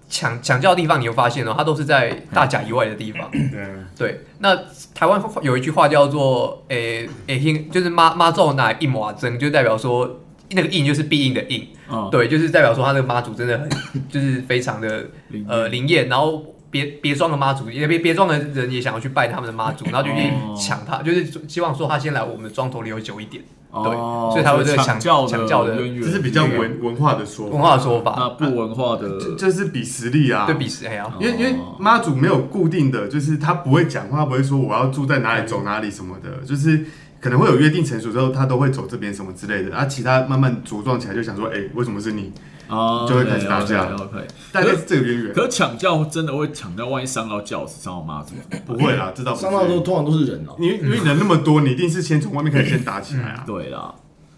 Speaker 2: 抢抢教的地方，你会发现哦，它都是在大甲以外的地方。
Speaker 5: 对
Speaker 2: 对，那台湾有一句话叫做“诶诶印”，就是妈妈咒奶印马针，就代表说那个印就是必应的印。
Speaker 1: 嗯，
Speaker 2: 对，就是代表说他那个妈祖 真的很，就是非常的
Speaker 1: 灵
Speaker 2: 呃灵验，然后别别庄的妈祖也别别庄的人也想要去拜他们的妈祖，然后就去
Speaker 1: 哦
Speaker 2: 抢他，就是希望说他先来我们庄头留久一点，对，
Speaker 1: 哦
Speaker 2: 所以才会有这个抢
Speaker 1: 教
Speaker 2: 抢教的
Speaker 1: 渊源，
Speaker 5: 这是比较文文化的说
Speaker 2: 文
Speaker 5: 法，
Speaker 2: 化的说
Speaker 1: 那
Speaker 2: 法，
Speaker 1: 不文化的
Speaker 5: 啊这这是比实力啊，
Speaker 2: 对比谁啊？
Speaker 5: 因为因为
Speaker 1: 哦
Speaker 5: 妈祖没有固定的，就是他不会讲话，他不会说我要住在哪里、走哪里什么的，就是可能会有约定成熟之后，他都会走这边什么之类的。啊，其他慢慢茁壮起来，就想说，哎、为什么是你？
Speaker 1: 啊
Speaker 5: 就会开始打架
Speaker 1: OK，
Speaker 5: 大概是这个渊源，
Speaker 1: 可是抢教真的会抢教，万一伤到教子，伤到妈祖，
Speaker 5: 不会啦，知道不是
Speaker 6: 伤到都通常都是人哦，
Speaker 5: 因为因为人那么多，你一定是先从外面开始先打起来啊。
Speaker 1: 对啦。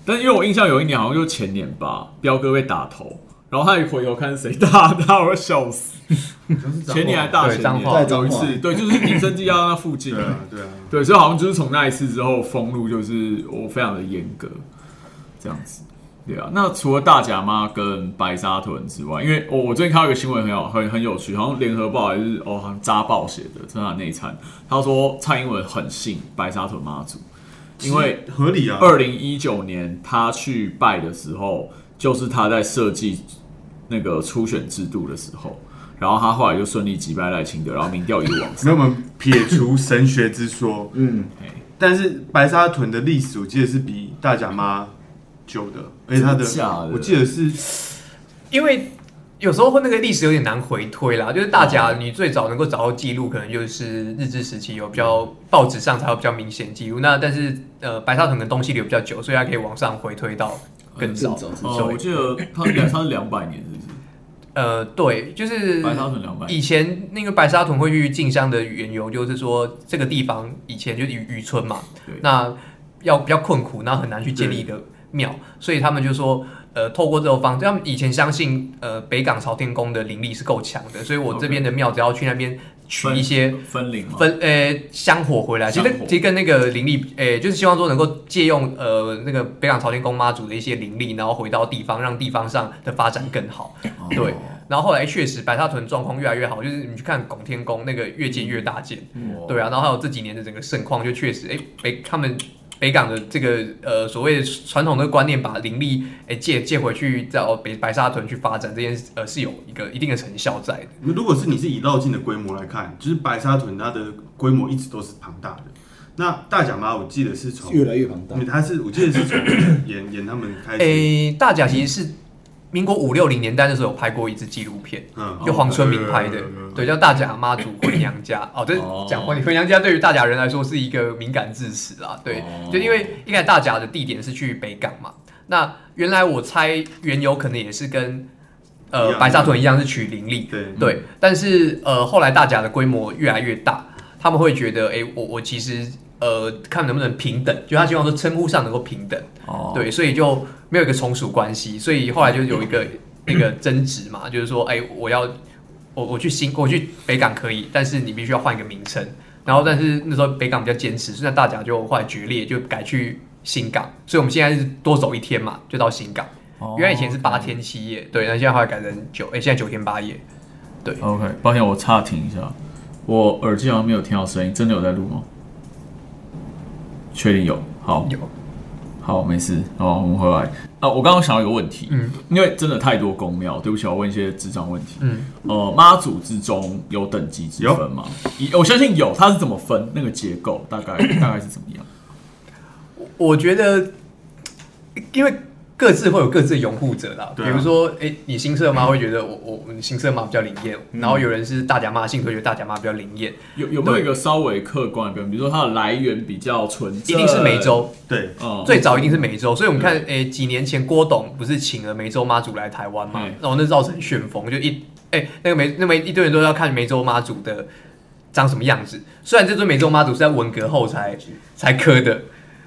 Speaker 1: 但因为我印象有一年好像就前年吧，彪哥被打头，然后他一回头看谁打他，我笑死。前嗯年还啊大前
Speaker 2: 对
Speaker 1: 年
Speaker 2: 彰化
Speaker 1: 有一
Speaker 6: 彰
Speaker 1: 次，
Speaker 6: 化
Speaker 1: 对，就是民生地下道那附近
Speaker 5: 对，啊，对啊，
Speaker 1: 对，所以好像就是从那一次之后，封路就是我非常的严格，这样子。对啊，那除了大甲妈跟白沙屯之外，因为我、我最近看到一个新闻很好，很很有趣，好像联合报还是哦，好像扎报写的，真的内参，他说蔡英文很信白沙屯妈祖，因为
Speaker 5: 合理啊。
Speaker 1: 二零一九年他去拜的时候，就是他在设计那个初选制度的时候，然后他后来就顺利击败赖清德，然后民调一路往上。
Speaker 5: 那我们撇除神学之说，
Speaker 6: 嗯，
Speaker 5: 但是白沙屯的历史我记得是比大甲妈久的，而且它的
Speaker 1: 真的假的
Speaker 5: 我记得是
Speaker 2: 因为有时候会那个历史有点难回推啦，就是大
Speaker 1: 嗯
Speaker 2: 家你最早能够找到记录，可能就是日治时期有比较报纸上才有比较明显记录。那但是呃，白沙屯跟东西流比较久，所以它可以往上回推到更早。
Speaker 6: 更早之
Speaker 1: 哦，我记得他们两，他是两百年，是不是？
Speaker 2: 呃，对，就是
Speaker 1: 白沙屯两百
Speaker 2: 以前那个白沙屯会去进香的缘由，就是说这个地方以前就是渔渔村嘛
Speaker 1: 对，
Speaker 2: 那要比较困苦，那很难去建立一个庙，所以他们就说，呃，透过这种方式，他们以前相信，呃，北港朝天宫的灵力是够强的，所以我这边的庙只要去那边取
Speaker 1: 分
Speaker 2: 一些。
Speaker 1: 分灵嘛，
Speaker 2: 分呃香火回来，其实
Speaker 1: 香火
Speaker 2: 其实跟那个灵力，呃，就是希望说能够借用呃那个北港朝天宫妈祖的一些灵力，然后回到地方，让地方上的发展更好。
Speaker 1: 哦
Speaker 2: 对，然后后来确实白沙屯状况越来越好，就是你去看拱天宫那个越建越大建，对啊，然后还有这几年的整个盛况，就确实哎北他们。北港的这个呃所谓传统的观念，把灵力哎借借回去到北白沙屯去发展，这件事呃是有一个一定的成效在的。
Speaker 5: 如果是你是以绕境的规模来看，就是白沙屯它的规模一直都是庞大的。那大甲妈，我记得是从，
Speaker 6: 越来越庞大
Speaker 5: 因为。它是我记得是从演演他们开始，
Speaker 2: 诶、大甲其实是民国五六零年代的时候有拍过一支纪录片，
Speaker 5: 嗯，
Speaker 2: 就黄春明拍的
Speaker 5: 有有有有有，
Speaker 2: 哦对，叫《大甲妈祖回娘家》。哦，这
Speaker 1: 哦
Speaker 2: 讲回回娘家对于大甲人来说是一个敏感字词啦。对
Speaker 1: 哦，
Speaker 2: 就因为一开始大甲的地点是去北港嘛，那原来我猜缘由可能也是跟
Speaker 5: 一
Speaker 2: 呃
Speaker 5: 样
Speaker 2: 白沙屯一样是取灵力，
Speaker 5: 对
Speaker 2: 对，嗯但是呃后来大甲的规模越来越大，他们会觉得，哎，我我其实呃看能不能平等，就他希望说称呼上能够平等。
Speaker 1: 哦，
Speaker 2: 对，所以就没有一个从属关系，所以后来就有一个那个争执嘛，就是说，哎、我要我我去新我去北港可以，但是你必须要换一个名称。然后，但是那时候北港比较坚持，所以那大家就后来决裂，就改去新港。所以我们现在是多走一天嘛，就到新港。原来以前是八天七夜，对，那现在后来改成九，哎、现在九天八夜。
Speaker 1: OK，抱歉，我岔停一下，我耳机好像没有听到声音，真的有在录吗？确定有，好，
Speaker 2: 有，
Speaker 1: 好，没事，好，我们回来。啊，我刚刚想到一个问题，
Speaker 2: 嗯
Speaker 1: 因为真的太多公庙，对不起，我问一些智障问题。
Speaker 2: 嗯，
Speaker 1: 呃，妈祖之中有等级之分吗？以我相信有，它是怎么分？那个结构大概大概是怎么样？
Speaker 2: 我觉得，因为各自会有各自的拥护者啦。比
Speaker 5: 对啊
Speaker 2: 如说，哎、你新色妈会觉得我我我们新色妈比较灵验，然后有人是大甲妈，性格觉得大甲妈比较灵验，
Speaker 1: 有有没有一个稍微客观的标准？比如说它的来源比较纯
Speaker 2: 一
Speaker 1: 正，
Speaker 2: 定是梅州。
Speaker 5: 对，
Speaker 1: 哦
Speaker 2: 最早一定是梅州，所以我们看，诶、几年前郭董不是请了梅州妈祖来台湾嘛
Speaker 1: 嗯，
Speaker 2: 然后那造成旋风，就一，诶、那个梅那么一堆人都要看梅州妈祖的长什么样子。虽然这尊梅州妈祖是在文革后才才刻的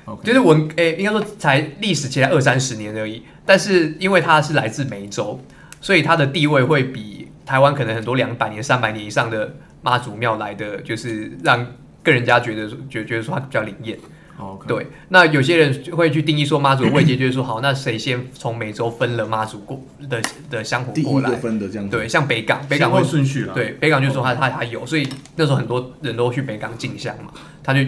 Speaker 1: OK
Speaker 2: 就是文，诶、应该说才历史前二三十年而已，但是因为它是来自梅州，所以它的地位会比台湾可能很多两百年、三百年以上的妈祖庙来的，就是让更人家觉得说觉觉得说它比较灵验。
Speaker 1: OK，
Speaker 2: 对，那有些人就会去定义说妈祖的位阶，就是说好，那谁先从美洲分了妈祖过的的香火
Speaker 6: 第
Speaker 2: 过
Speaker 6: 一
Speaker 2: 来
Speaker 6: 个？分的这样子，
Speaker 2: 对，像北港，北
Speaker 5: 先
Speaker 2: 港
Speaker 5: 后
Speaker 2: 会
Speaker 5: 顺序啦。，嗯
Speaker 2: 对北港就说他他他有，所以那时候很多人都去北港进香嘛，他就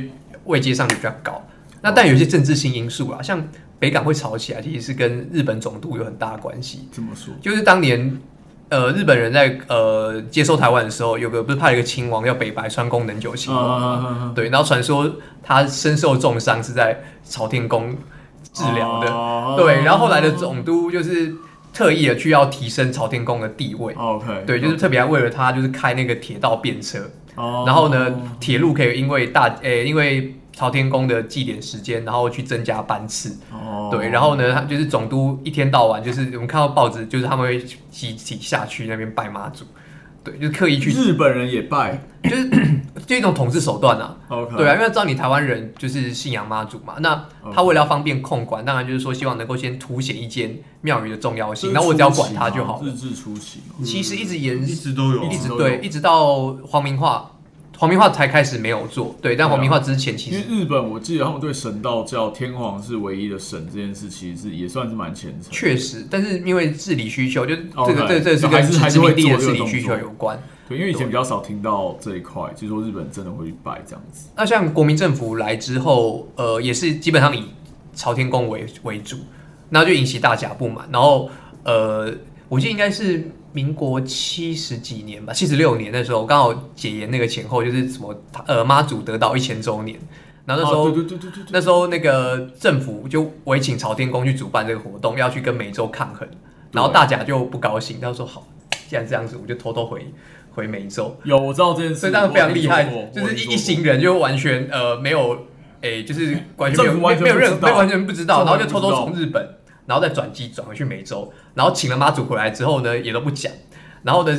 Speaker 2: 位阶上就比较高。那但有一些政治性因素啊，像北港会吵起来，其实是跟日本总督有很大的关系。
Speaker 1: 这么说
Speaker 2: 就是当年呃日本人在呃接收台湾的时候，有个不是派了一个亲王要北白川宫能久亲王
Speaker 1: 啊啊啊啊啊
Speaker 2: 嘛，对，然后传说他身受重伤是在朝天宫治疗的，
Speaker 1: 哦
Speaker 2: 对，然后后来的总督就是特意的去要提升朝天宫的地位。
Speaker 1: OK，
Speaker 2: 对，就是特别为了他，就是开那个铁道便车，
Speaker 1: 哦
Speaker 2: 然后呢，铁路可以因为大，呃、因为朝天宫的祭典时间，然后去增加班次，
Speaker 1: 哦
Speaker 2: 对，然后呢，他就是总督一天到晚就是我们看到报纸，就是他们会集体下去那边拜妈祖，对，就是刻意去，
Speaker 1: 日本人也拜
Speaker 2: 就是就一种统治手段啊。
Speaker 1: OK，
Speaker 2: 对啊，因为照你台湾人就是信仰妈祖嘛，那他为了要方便控管，当然就是说希望能够先凸显一间庙宇的重要
Speaker 1: 这是初期嘛，
Speaker 2: 性，然后我只要管它就好了
Speaker 1: 日。治初期嘛，
Speaker 2: 其实一直延
Speaker 5: 一直都有啊，
Speaker 2: 一直
Speaker 1: 都有
Speaker 2: 对，一直到黄明化，黄明化才开始没有做，对，但黄明化之前其
Speaker 1: 啊因为日
Speaker 2: 实
Speaker 1: 本我记得他们对神道教天皇是唯一的神这件事，其实是也算是蛮虔诚的。
Speaker 2: 确实，但是因为治理需求，就是这
Speaker 1: OK，
Speaker 2: 个这个这个是
Speaker 1: 哦就还
Speaker 2: 跟
Speaker 1: 是还是
Speaker 2: 殖
Speaker 1: 会
Speaker 2: 民地的
Speaker 1: 做这
Speaker 2: 治
Speaker 1: 个
Speaker 2: 理需
Speaker 1: 动
Speaker 2: 求
Speaker 1: 作
Speaker 2: 有关。
Speaker 1: 对，因为以前比较少听到这一块，就是说日本真的会去拜这样子。
Speaker 2: 那像国民政府来之后，呃，也是基本上以朝天宫为为主，然后就引起大家不满。然后，呃，我记得应该是民国七十几年吧，七十六年那时候刚好解严那个前后，就是什么呃妈祖得到一千周年，然后那时候、
Speaker 1: 哦对对对对对，
Speaker 2: 那时候那个政府就委请朝天宫去主办这个活动，要去跟美洲抗衡，然后大家就不高兴，他说好，既然这样子，我就偷偷回回美洲。
Speaker 1: 有我知道这件事，
Speaker 2: 所以当然非常厉害
Speaker 1: 我有听，说
Speaker 2: 就
Speaker 1: 过
Speaker 2: 是一一行人就完全呃没有，诶，就是完 全没
Speaker 1: 政府
Speaker 2: 有
Speaker 1: 完全
Speaker 2: 没有任
Speaker 1: 不知道
Speaker 2: 没有完全不知道，
Speaker 1: 政府
Speaker 2: 然后
Speaker 1: 完
Speaker 2: 就
Speaker 1: 全不
Speaker 2: 偷
Speaker 1: 知道
Speaker 2: 偷从日本，然后再转机转回去美洲，然后请了妈祖回来之后呢，也都不讲，然后呢。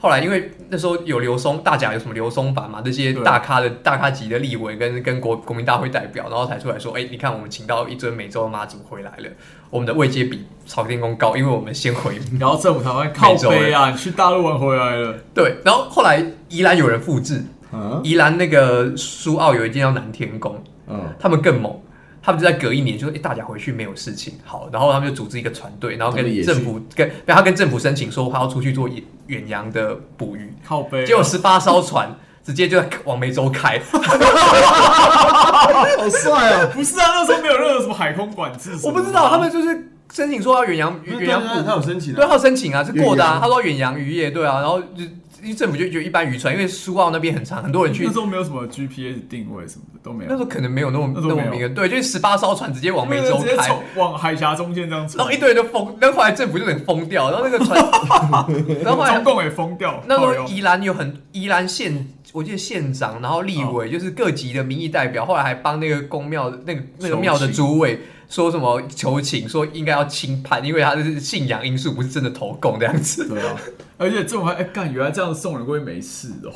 Speaker 2: 后来，因为那时候有刘松大甲有什么刘松版嘛，这些
Speaker 1: 对
Speaker 2: 大咖的大咖级的立委跟跟国国民大会代表，然后才出来说，哎、你看我们请到一尊美洲的妈祖回来了，我们的位阶比朝天宫高，因为我们先回
Speaker 1: 然后政府台湾靠背啊，你去大陆玩回来了，
Speaker 2: 对，然后后来宜兰有人复制，
Speaker 6: 啊，
Speaker 2: 宜兰那个苏澳有一间叫南天宫，
Speaker 6: 嗯，
Speaker 2: 他们更猛，他们就在隔一年就说，哎、大家回去没有事情，好，然后他们就组织一个船队，然后
Speaker 6: 他们
Speaker 2: 跟
Speaker 6: 也
Speaker 2: 政府跟，然后他跟政府申请说他要出去做远远洋的捕鱼，
Speaker 1: 靠背啊。
Speaker 2: 结果十八艘船直接就往湄洲开，
Speaker 6: 好帅啊！
Speaker 1: 不是啊，那时候没有任何什么海空管制什么的。
Speaker 2: 我不知道他们就是申请说要远洋
Speaker 5: 对
Speaker 2: 远洋捕
Speaker 5: 对他有申请
Speaker 2: 对，
Speaker 5: 的，
Speaker 2: 他有申请啊，是过的
Speaker 6: 远
Speaker 2: 啊
Speaker 6: 洋。
Speaker 2: 他说远洋渔业，对啊，然后就因为政府就觉得一般渔船，因为苏澳那边很长，很多人去
Speaker 1: 那时，候没有什么 GPS 定位什么的都没有，
Speaker 2: 那时候可能没有那么
Speaker 1: 那时
Speaker 2: 那
Speaker 1: 候没
Speaker 2: 么
Speaker 1: 有
Speaker 2: 明个，对，就是十八艘船直接往湄洲
Speaker 1: 直接
Speaker 2: 开，
Speaker 1: 从往海峡中间这样子，
Speaker 2: 然后一堆人就疯，然后后来政府就整个疯掉，然后那 个船，然后后来
Speaker 1: 中共也封掉。
Speaker 2: 那时
Speaker 1: 靠
Speaker 2: 候
Speaker 1: 腰
Speaker 2: 宜兰有很宜兰县，我记得县长，然后立
Speaker 1: 嗯
Speaker 2: 委、就是各级的民意代表，后来还帮那个公庙那个那个庙的主委说什么求情，说应该要轻判，因为他是信仰因素，不是真的投共这样子。
Speaker 1: 对啊，而且这种还哎干，原来这样送人过去没事哦，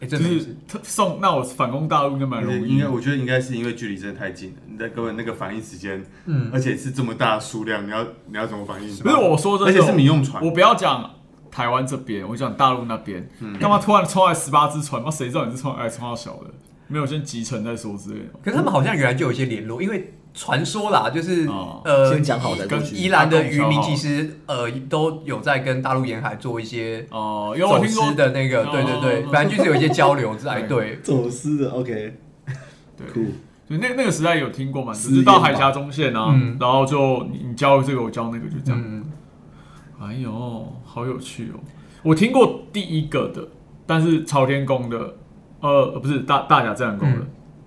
Speaker 2: 哎、
Speaker 1: 就
Speaker 2: 真的
Speaker 1: 是特送那我反攻大陆应该蛮
Speaker 5: 而
Speaker 1: 容
Speaker 5: 且
Speaker 1: 易
Speaker 5: 应该，
Speaker 1: 的。
Speaker 5: 我觉得应该是因为距离真的太近了，你在根本那个反应时间，
Speaker 2: 嗯
Speaker 5: 而且是这么大的数量，你要你要怎么反应？
Speaker 1: 不是我说真的，
Speaker 5: 而
Speaker 2: 哦
Speaker 5: 且是民用船
Speaker 1: 我，不要讲台湾这边，我讲大陆那边，
Speaker 2: 嗯
Speaker 1: 干嘛突然冲来十八只船？妈谁知道你是冲来冲到小的？没有先集成再说之类的。
Speaker 2: 可是他们好像原来就有一些联络，因为传说啦，就是、
Speaker 1: 哦
Speaker 2: 呃，
Speaker 6: 先讲好再过
Speaker 1: 跟
Speaker 6: 去。
Speaker 2: 宜兰的渔民其实呃都有在跟大陆沿海做一些
Speaker 1: 哦，因为我
Speaker 2: 走
Speaker 1: 听说
Speaker 2: 私的那个，
Speaker 1: 哦
Speaker 2: 对对对
Speaker 1: 哦，
Speaker 2: 反正就是有一些交流在，
Speaker 1: 对
Speaker 2: 对，
Speaker 6: 走私的，OK，
Speaker 1: 对，
Speaker 6: 酷，
Speaker 1: 就那那个时代有听过嘛，就
Speaker 6: 私
Speaker 1: 是
Speaker 6: 宴
Speaker 1: 到
Speaker 6: 吧
Speaker 1: 海峡中线啊，
Speaker 2: 嗯
Speaker 1: 然后就你你教这个我教那个，就这样。
Speaker 2: 嗯，
Speaker 1: 哎呦，好有趣哦！我听过第一个的，但是朝天宫的，呃，不是大大甲自然宫的、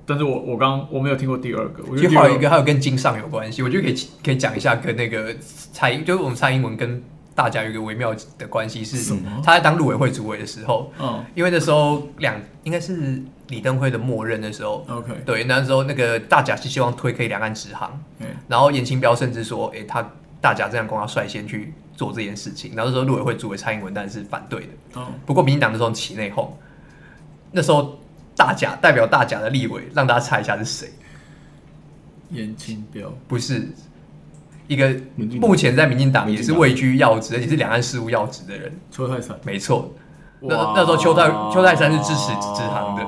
Speaker 1: 但是我我刚我没有听过第二个，我觉得
Speaker 2: 嗯其实
Speaker 1: 第
Speaker 2: 还
Speaker 1: 二
Speaker 2: 有一
Speaker 1: 个
Speaker 2: 个，还有跟经上有关系，我觉得可以可以讲一下跟那个蔡，就是我们蔡英文跟大家有一个微妙的关系，是他在当陆委会主委的时候，
Speaker 1: 嗯
Speaker 2: 因为那时候两应该是李登辉的默认的时候，
Speaker 1: ，OK，
Speaker 2: 对，那时候那个大甲是希望推可以两岸直航，
Speaker 1: 哎
Speaker 2: 然后严清标甚至说，诶、他大甲这样公要率先去做这件事情，然后那时候陆委会主委蔡英文当然是反对的，
Speaker 1: 哦
Speaker 2: 不过民进党那时候起内讧，那时候大甲代表大甲的立委，让大家猜一下是谁。
Speaker 1: 严清标，
Speaker 2: 不是一个
Speaker 6: 民进党
Speaker 2: 目前在民进党也
Speaker 6: 民
Speaker 2: 是
Speaker 6: 进党
Speaker 2: 位居要职，而且是两岸事务要职的人，
Speaker 1: 邱泰山，
Speaker 2: 没错。那
Speaker 1: 哇
Speaker 2: 那时候邱泰邱泰山是支持支行的，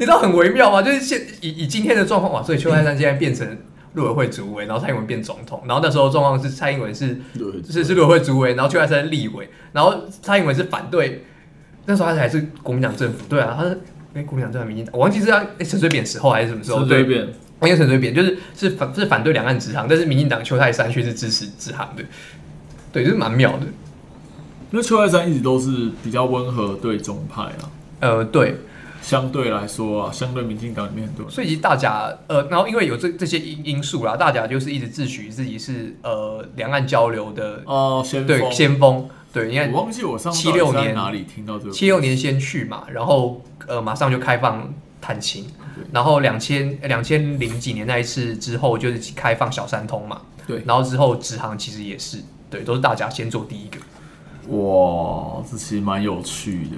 Speaker 2: 你知道很微妙吗？就是现以以今天的状况嘛，所以邱泰山现在变成陆委会主委，然后蔡英文变总统，然后那时候状况是蔡英文是
Speaker 6: 陆委会主委
Speaker 2: 是是陆委会主委，然后邱泰山是立委，然后蔡英文是反对，那时候他还是国民党政府，对啊，他是哎国民党政府民进党，我忘记是他诶陈水扁时候还是什么时候，
Speaker 1: 陈
Speaker 2: 对
Speaker 1: 水扁，
Speaker 2: 完全陈水扁，就是是反是反对两岸直航，但是民进党邱泰山却是支持直航的，对，就是蛮妙的。
Speaker 1: 因为邱泰山一直都是比较温和对中派啊，
Speaker 2: 呃，对，
Speaker 1: 相对来说啊，相对民进党里面很多人，
Speaker 2: 所以其实大家呃，然后因为有这这些因因素啦，大家就是一直自诩自己是呃两岸交流的、
Speaker 1: 哦，先
Speaker 2: 对
Speaker 1: 锋
Speaker 2: 先锋，对，你看
Speaker 1: 我忘记我上次
Speaker 2: 76
Speaker 1: 到底是在
Speaker 2: 年
Speaker 1: 哪里听到这个，
Speaker 2: 七六年先去嘛，然后呃马上就开放探亲，然后两千两千零几年那一次之后就是开放小三通嘛，
Speaker 1: 对，
Speaker 2: 然后之后直航其实也是对，都是大家先做第一个。
Speaker 1: 哇，这其实蛮有趣的，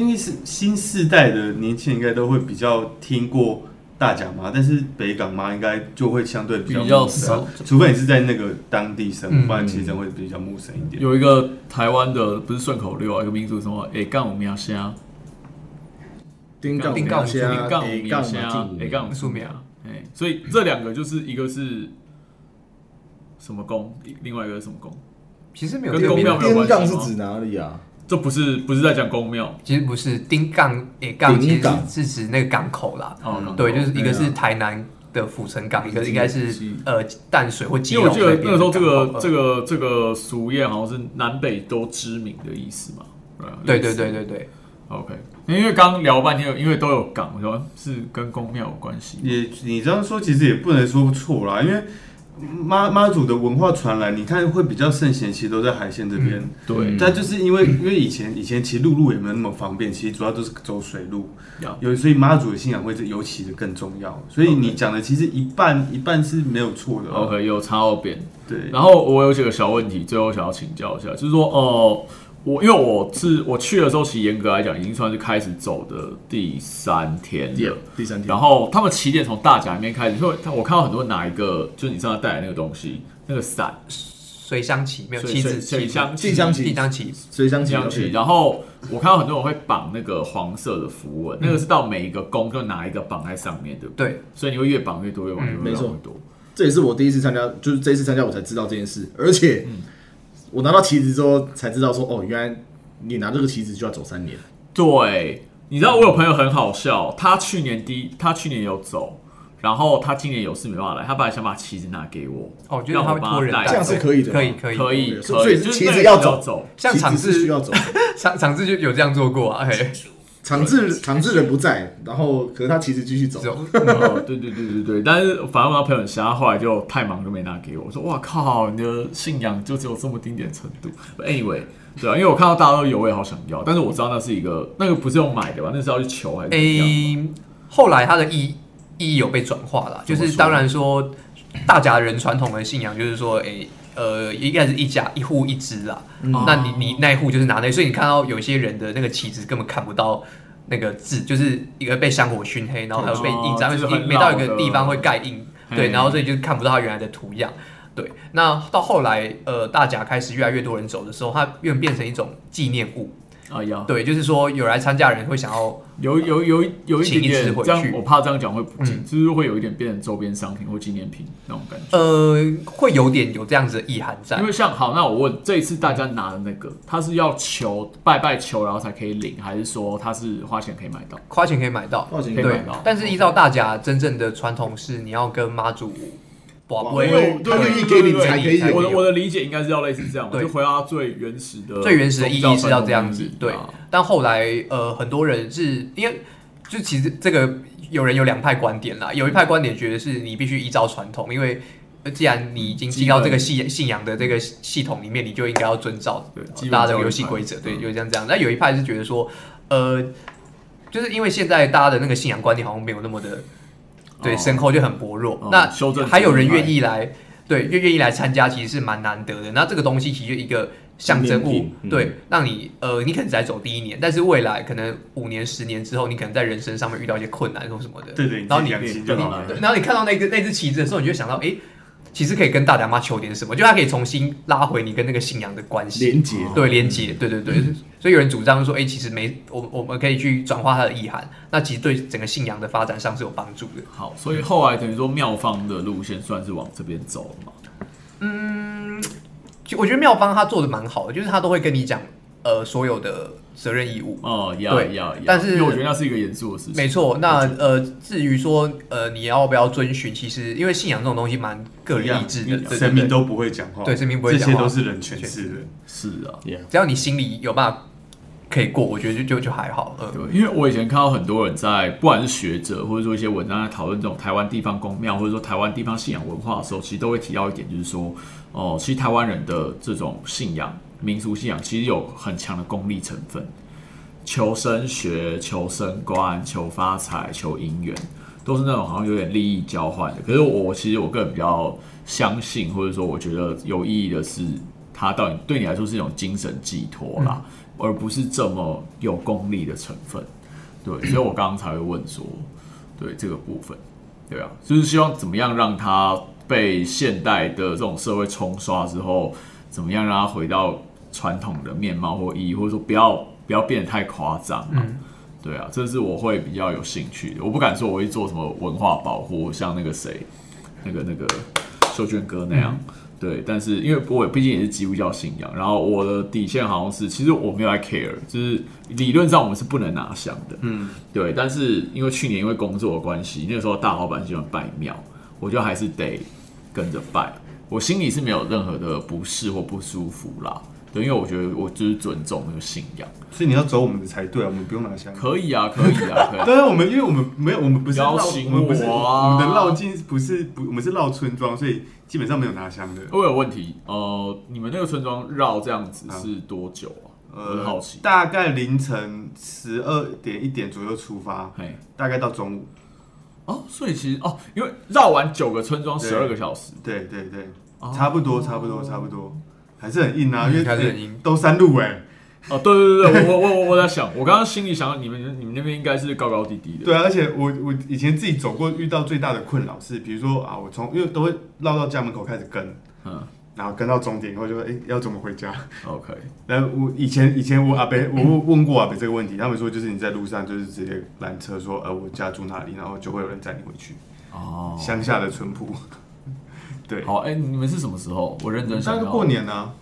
Speaker 5: 因为是新世代的年轻人应该都会比较听过大甲妈，但是北港妈应该就会相对比较
Speaker 1: 比较
Speaker 5: 陌生啊
Speaker 1: 少
Speaker 5: 除非你是在那个当地生
Speaker 2: 嗯
Speaker 5: 活，不然其实真的会比较陌生一点。
Speaker 1: 有一个台湾的不是顺口溜啊，一个民族什么，哎、干我们要虾，
Speaker 6: 丁杠
Speaker 2: 丁杠
Speaker 6: 杠
Speaker 1: 哎干我们要
Speaker 6: 马
Speaker 1: 虾，哎
Speaker 6: 进
Speaker 1: 干我们素苗，哎、所以这两个就是一个是什么宫，另外一个是什么宫，
Speaker 2: 其实没有
Speaker 1: 跟
Speaker 2: 特别
Speaker 1: 公庙
Speaker 2: 的
Speaker 1: 没有
Speaker 6: 丁杠
Speaker 1: 关系
Speaker 6: 是
Speaker 1: 吗
Speaker 6: 指哪里啊？
Speaker 1: 这不是不是在讲公庙
Speaker 2: 其实不是丁杠诶，杠其
Speaker 6: 丁
Speaker 2: 实
Speaker 6: 杠
Speaker 2: 是指那个港口啦。
Speaker 1: 哦，港口
Speaker 2: 对，就是一个
Speaker 6: 对
Speaker 2: 是
Speaker 6: 啊
Speaker 2: 台南的府城港，一个应该是
Speaker 6: 基
Speaker 2: 呃淡水或基
Speaker 1: 因
Speaker 2: 隆
Speaker 1: 为我记得
Speaker 2: 边
Speaker 1: 那个时候这
Speaker 2: 的
Speaker 1: 个
Speaker 2: 港口呃
Speaker 1: 这个这个俗谚好像是南北都知名的意思嘛，吧
Speaker 2: 对
Speaker 1: 类
Speaker 2: 对
Speaker 1: 似
Speaker 2: 对对对，
Speaker 1: ，OK。因为刚聊半天，因为都有港，我说是跟公庙有关系。
Speaker 5: 也你这样说，其实也不能说错啦，因为妈妈祖的文化传来，你看会比较盛行，其实都在海线这边。
Speaker 1: 嗯对，
Speaker 5: 但就是因为因为以前以前其实陆路也没有那么方便，其实主要都是走水路
Speaker 1: 呀，
Speaker 5: 有所以妈祖的信仰会是尤其的更重要。所以你讲的其实一半一半是没有错的。
Speaker 1: OK 有插到边。
Speaker 5: 对，
Speaker 1: 然后我有几个小问题，最后想要请教一下，就是说，呃，我因为我是我去的时候，其实严格来讲已经算是开始走的第三天
Speaker 6: 第
Speaker 1: 了
Speaker 6: 二。啊第三天
Speaker 1: 然，后他们起点从大甲里面开始，所以我看到很多人拿一个，就是你上次带来那个东西，那个伞，
Speaker 2: 水乡旗没有
Speaker 1: 水
Speaker 2: 旗
Speaker 1: 水
Speaker 2: 子，
Speaker 1: 水箱
Speaker 6: 地箱旗
Speaker 2: 地乡旗，
Speaker 6: 水箱
Speaker 1: 这
Speaker 6: 旗
Speaker 1: 样去，
Speaker 6: ，OK
Speaker 1: 然后我看到很多人会绑那个黄色的符文，那个是到
Speaker 6: 嗯
Speaker 1: 每一个宫就拿一个绑在上面，对不对？
Speaker 2: 对，
Speaker 1: 所以你会越绑越多，越绑越多，
Speaker 6: 嗯
Speaker 1: 越
Speaker 6: 没错
Speaker 1: 绑越多。
Speaker 6: 这也是我第一次参加，就是这一次参加我才知道这件事，而且我拿到旗子之后才知道说，哦，原来你拿这个旗子就要走三年，
Speaker 1: 对，你知道我有朋友很好笑，他去年第一，他去年有走，然后他今年有事没办法来，他本来想把旗子拿给我，
Speaker 2: 哦，我觉得
Speaker 1: 让
Speaker 2: 他
Speaker 1: 我
Speaker 2: 会
Speaker 1: 帮他
Speaker 2: 拖人带
Speaker 1: 带
Speaker 2: 走，
Speaker 6: 这样是可以的
Speaker 2: 可以
Speaker 6: 吗
Speaker 2: 可以
Speaker 1: 可以，可
Speaker 6: 所以是
Speaker 1: 就是
Speaker 6: 旗
Speaker 1: 那
Speaker 6: 子
Speaker 1: 个
Speaker 6: 要
Speaker 1: 旗子要
Speaker 6: 走
Speaker 1: 走，
Speaker 2: 像场
Speaker 6: 旗子是需
Speaker 2: 次
Speaker 6: 要走，
Speaker 2: 场场次就有这样做过啊，嘿，
Speaker 6: 场治场治人不在，然后可是他旗子继续走
Speaker 2: 这，种
Speaker 1: 哦，对对对对对，但是反正我那朋友很瞎，他后来就太忙就没拿给我。我说哇靠，你的信仰就只有这么丁点程度。But Anyway，对啊，因为我看到大家都有，我也好想要，但是我知道那是一个那个不是用买的吧？那是要去求还是怎么样？
Speaker 2: 诶、后来它的意意义有被转化了，就
Speaker 1: 怎么
Speaker 2: 是
Speaker 1: 说
Speaker 2: 当然说大甲人传统的信仰就是说，诶、呃，应该是一家一户一支啦。
Speaker 1: 嗯
Speaker 2: 那
Speaker 1: 哦
Speaker 2: 你你那一户就是拿那，所以你看到有些人的那个旗子根本看不到那个字，就是一个被香火熏黑，然后还有被印章，
Speaker 1: 哦就是
Speaker 2: 因为
Speaker 1: 很
Speaker 2: 每到
Speaker 1: 老
Speaker 2: 一
Speaker 1: 的
Speaker 2: 个地方会盖印，对，
Speaker 1: 嘿
Speaker 2: 然后所以就看不到它原来的图样。对，那到后来，呃，大甲开始越来越多人走的时候，它又变成一种纪念物。
Speaker 1: 哎呀，
Speaker 2: 对，就是说有来参加的人会想要
Speaker 1: 有有有一有一
Speaker 2: 请
Speaker 1: 点
Speaker 2: 一次
Speaker 1: 点
Speaker 2: 回
Speaker 1: 这样
Speaker 2: 去，
Speaker 1: 我怕这样讲会不敬，
Speaker 2: 嗯
Speaker 1: 就是会有一点变成周边商品或纪念品那种感觉。
Speaker 2: 呃，会有点有这样子的意涵在
Speaker 1: 因。为像好，那我问，这一次大家拿的那个，他是要求拜拜求，然后才可以领，还是说他是花钱可以买到？
Speaker 2: 花钱可以买到，
Speaker 6: 花钱可以
Speaker 1: 买
Speaker 2: 对
Speaker 1: 到，
Speaker 2: 但是依照大家真正的传统是，你要跟妈祖保
Speaker 1: 我
Speaker 6: 我
Speaker 1: 也
Speaker 6: 也
Speaker 1: 有
Speaker 2: 龟，
Speaker 1: 对
Speaker 6: 他愿意
Speaker 1: 对
Speaker 6: 给你
Speaker 1: 对
Speaker 6: 才可以
Speaker 2: 对
Speaker 1: 我的
Speaker 6: 有，
Speaker 1: 我的理解应该是要类似这样嘛，
Speaker 2: 对
Speaker 1: 就回到它最原始的
Speaker 2: 最原始的意义是要这样
Speaker 1: 宗教传
Speaker 2: 子
Speaker 1: 统意义。
Speaker 2: 对
Speaker 1: 啊，
Speaker 2: 但后来呃，很多人是因为就其实这个有人有两派观点啦，有一派观点觉得是你必须依照传统，因为呃既然你已经进到这个信信仰的这个系统里面，你就应该要遵照呃
Speaker 1: 对基本
Speaker 2: 大家
Speaker 1: 教
Speaker 2: 的
Speaker 1: 育
Speaker 2: 游戏
Speaker 1: 派
Speaker 2: 规则，对，
Speaker 1: 嗯
Speaker 2: 有这样这样。那有一派是觉得说，呃，就是因为现在大家的那个信仰观念好像没有那么的对
Speaker 1: 哦
Speaker 2: 深厚，就很薄弱。
Speaker 1: 哦
Speaker 2: 那
Speaker 1: 修正
Speaker 2: 还有人
Speaker 1: 主义派
Speaker 2: 愿意来，对，愿愿意来参加，其实是蛮难得的。那这个东西其实就一个象征
Speaker 6: 纪
Speaker 2: 物
Speaker 6: 念品，嗯
Speaker 2: 对，让你呃，你可能才走第一年，但是未来可能五年、十年之后，你可能在人生上面遇到一些困难或什么的，
Speaker 5: 对对，你
Speaker 2: 然
Speaker 5: 自
Speaker 2: 后
Speaker 5: 己
Speaker 2: 你
Speaker 5: 良心就好了。
Speaker 2: 对，然后你看到那个那只旗子的时候，你就想到，哎、其实可以跟大家妈求点什么，就它可以重新拉回你跟那个信仰的关系
Speaker 6: 连结
Speaker 2: 对连接，对对对。所以有人主张说，哎、其实没我我们可以去转化它的意涵，那其实对整个信仰的发展上是有帮助的。
Speaker 1: 好，所以后来等于说妙方的路线算是往这边走了嘛？
Speaker 2: 就我觉得妙方他做的蛮好的，就是他都会跟你讲，呃，所有的责任义务。
Speaker 1: 哦，要
Speaker 2: 对
Speaker 1: 要要，
Speaker 2: 但是
Speaker 1: 因为我觉得那是一个严肃的事情，
Speaker 2: 没错，那呃，至于说呃，你要不要遵循，其实因为信仰这种东西蛮个人意志的，对对对
Speaker 5: 神明都不会讲话，
Speaker 2: 对神明不会讲话
Speaker 5: 这些都是人诠释的。
Speaker 1: 是啊，
Speaker 2: 只要你心里有办法可以过，我觉得就就就还好。嗯，
Speaker 1: 对，因为我以前看到很多人在，不管是学者或者说一些文章在讨论这种台湾地方公庙或者说台湾地方信仰文化的时候，其实都会提到一点，就是说，哦、其实台湾人的这种信仰、民俗信仰，其实有很强的功利成分，求升学、求升官、求发财、求姻缘，都是那种好像有点利益交换的。可是我其实我个人比较相信，或者说我觉得有意义的是，它到底对你来说是一种精神寄托啦，而不是这么有功利的成分。对，所以我刚刚才会问说，对这个部分，对啊，就是希望怎么样让它被现代的这种社会冲刷之后，怎么样让它回到传统的面貌或意义，或者说不要不要变得太夸张啊。对啊，这是我会比较有兴趣的。我不敢说我会做什么文化保护，像那个谁，那个那个秀娟哥那样。对，但是因为我毕竟也是基督教信仰，然后我的底线好像是，其实我没有在 care，就是理论上我们是不能拿香的，嗯，对。但是因为去年因为工作的关系，那个时候大老板喜欢拜庙，我就还是得跟着拜。我心里是没有任何的不适或不舒服啦，对，因为我觉得我就是尊重那个信仰，
Speaker 5: 所以你要走我们的才对啊，我们不用拿香。
Speaker 1: 可以啊，可以啊，可以啊
Speaker 5: 但是我们因为我们没有，我们不是绕，
Speaker 1: 邀请
Speaker 5: 我们不是
Speaker 1: 我啊
Speaker 5: 我们的绕境不是不，我们是绕村庄，所以基本上没有拿香的。
Speaker 1: 我有问题，呃，你们那个村庄绕这样子是多久啊？我很好奇。
Speaker 5: 呃大概凌晨十二点一点左右出发，
Speaker 1: 嘿，
Speaker 5: 大概到中午。
Speaker 1: 哦，所以其实哦，因为绕完九个村庄
Speaker 5: 对
Speaker 1: 十二个小时，
Speaker 5: 对对对
Speaker 1: 哦，
Speaker 5: 差不多，差不多，差不多，还是很硬啊，因为
Speaker 2: 嗯还是很硬
Speaker 5: 都山路哎。
Speaker 1: 哦，对对对对，我我 我我我在想，我刚刚心里想，你们你们那边应该是高高低低的，
Speaker 5: 对啊，而且我我以前自己走过，遇到最大的困扰是，比如说啊，我从因为都会绕到家门口开始跟，
Speaker 1: 嗯
Speaker 5: 然后跟到终点以后就说，哎、要怎么回家？
Speaker 1: ，OK，
Speaker 5: 然后我以前以前我阿伯，我问问过阿伯这个问题，他们说就是你在路上就是直接拦车说，呃，我家住哪里，然后就会有人载你回去，
Speaker 1: 哦，
Speaker 5: 乡下的淳朴。 对，
Speaker 1: 好，哎，你们是什么时候？我认真
Speaker 5: 大
Speaker 1: 想
Speaker 5: 概
Speaker 1: 要，
Speaker 5: 过，年啊，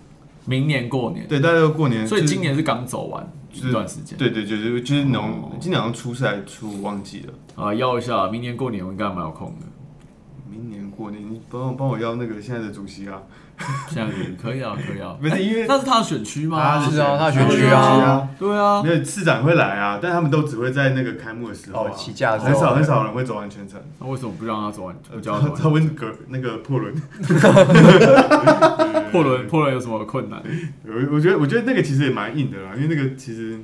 Speaker 1: 明年过年，，
Speaker 5: 对，大概过年，
Speaker 1: 所以
Speaker 5: 就是
Speaker 1: 今。年是刚走完一段时间，
Speaker 5: 对对，就是就是
Speaker 1: 哦
Speaker 5: 农，今年好像初赛初忘记了，
Speaker 1: 啊，要一下，明年过年我应该蛮有空的，
Speaker 5: 明年过年你帮我帮我要那个现在的主席啊，
Speaker 1: 现在可以可以啊，可以啊，
Speaker 5: 不是因为
Speaker 1: 那是他的选区吗？
Speaker 2: 是啊他的选
Speaker 5: 区啊，
Speaker 1: 对啊
Speaker 5: 没，有市长会来啊，但他们都只会在那个开幕的时候啊
Speaker 2: 哦起价的时候
Speaker 5: 很少很少人会走完全程，
Speaker 1: 那为什么不让他走完？不叫他走完
Speaker 5: 他？问格那个破轮，
Speaker 1: 破轮破轮有什么困难？
Speaker 5: 我我觉得我觉得那个其实也蛮硬的啦，因为那个其实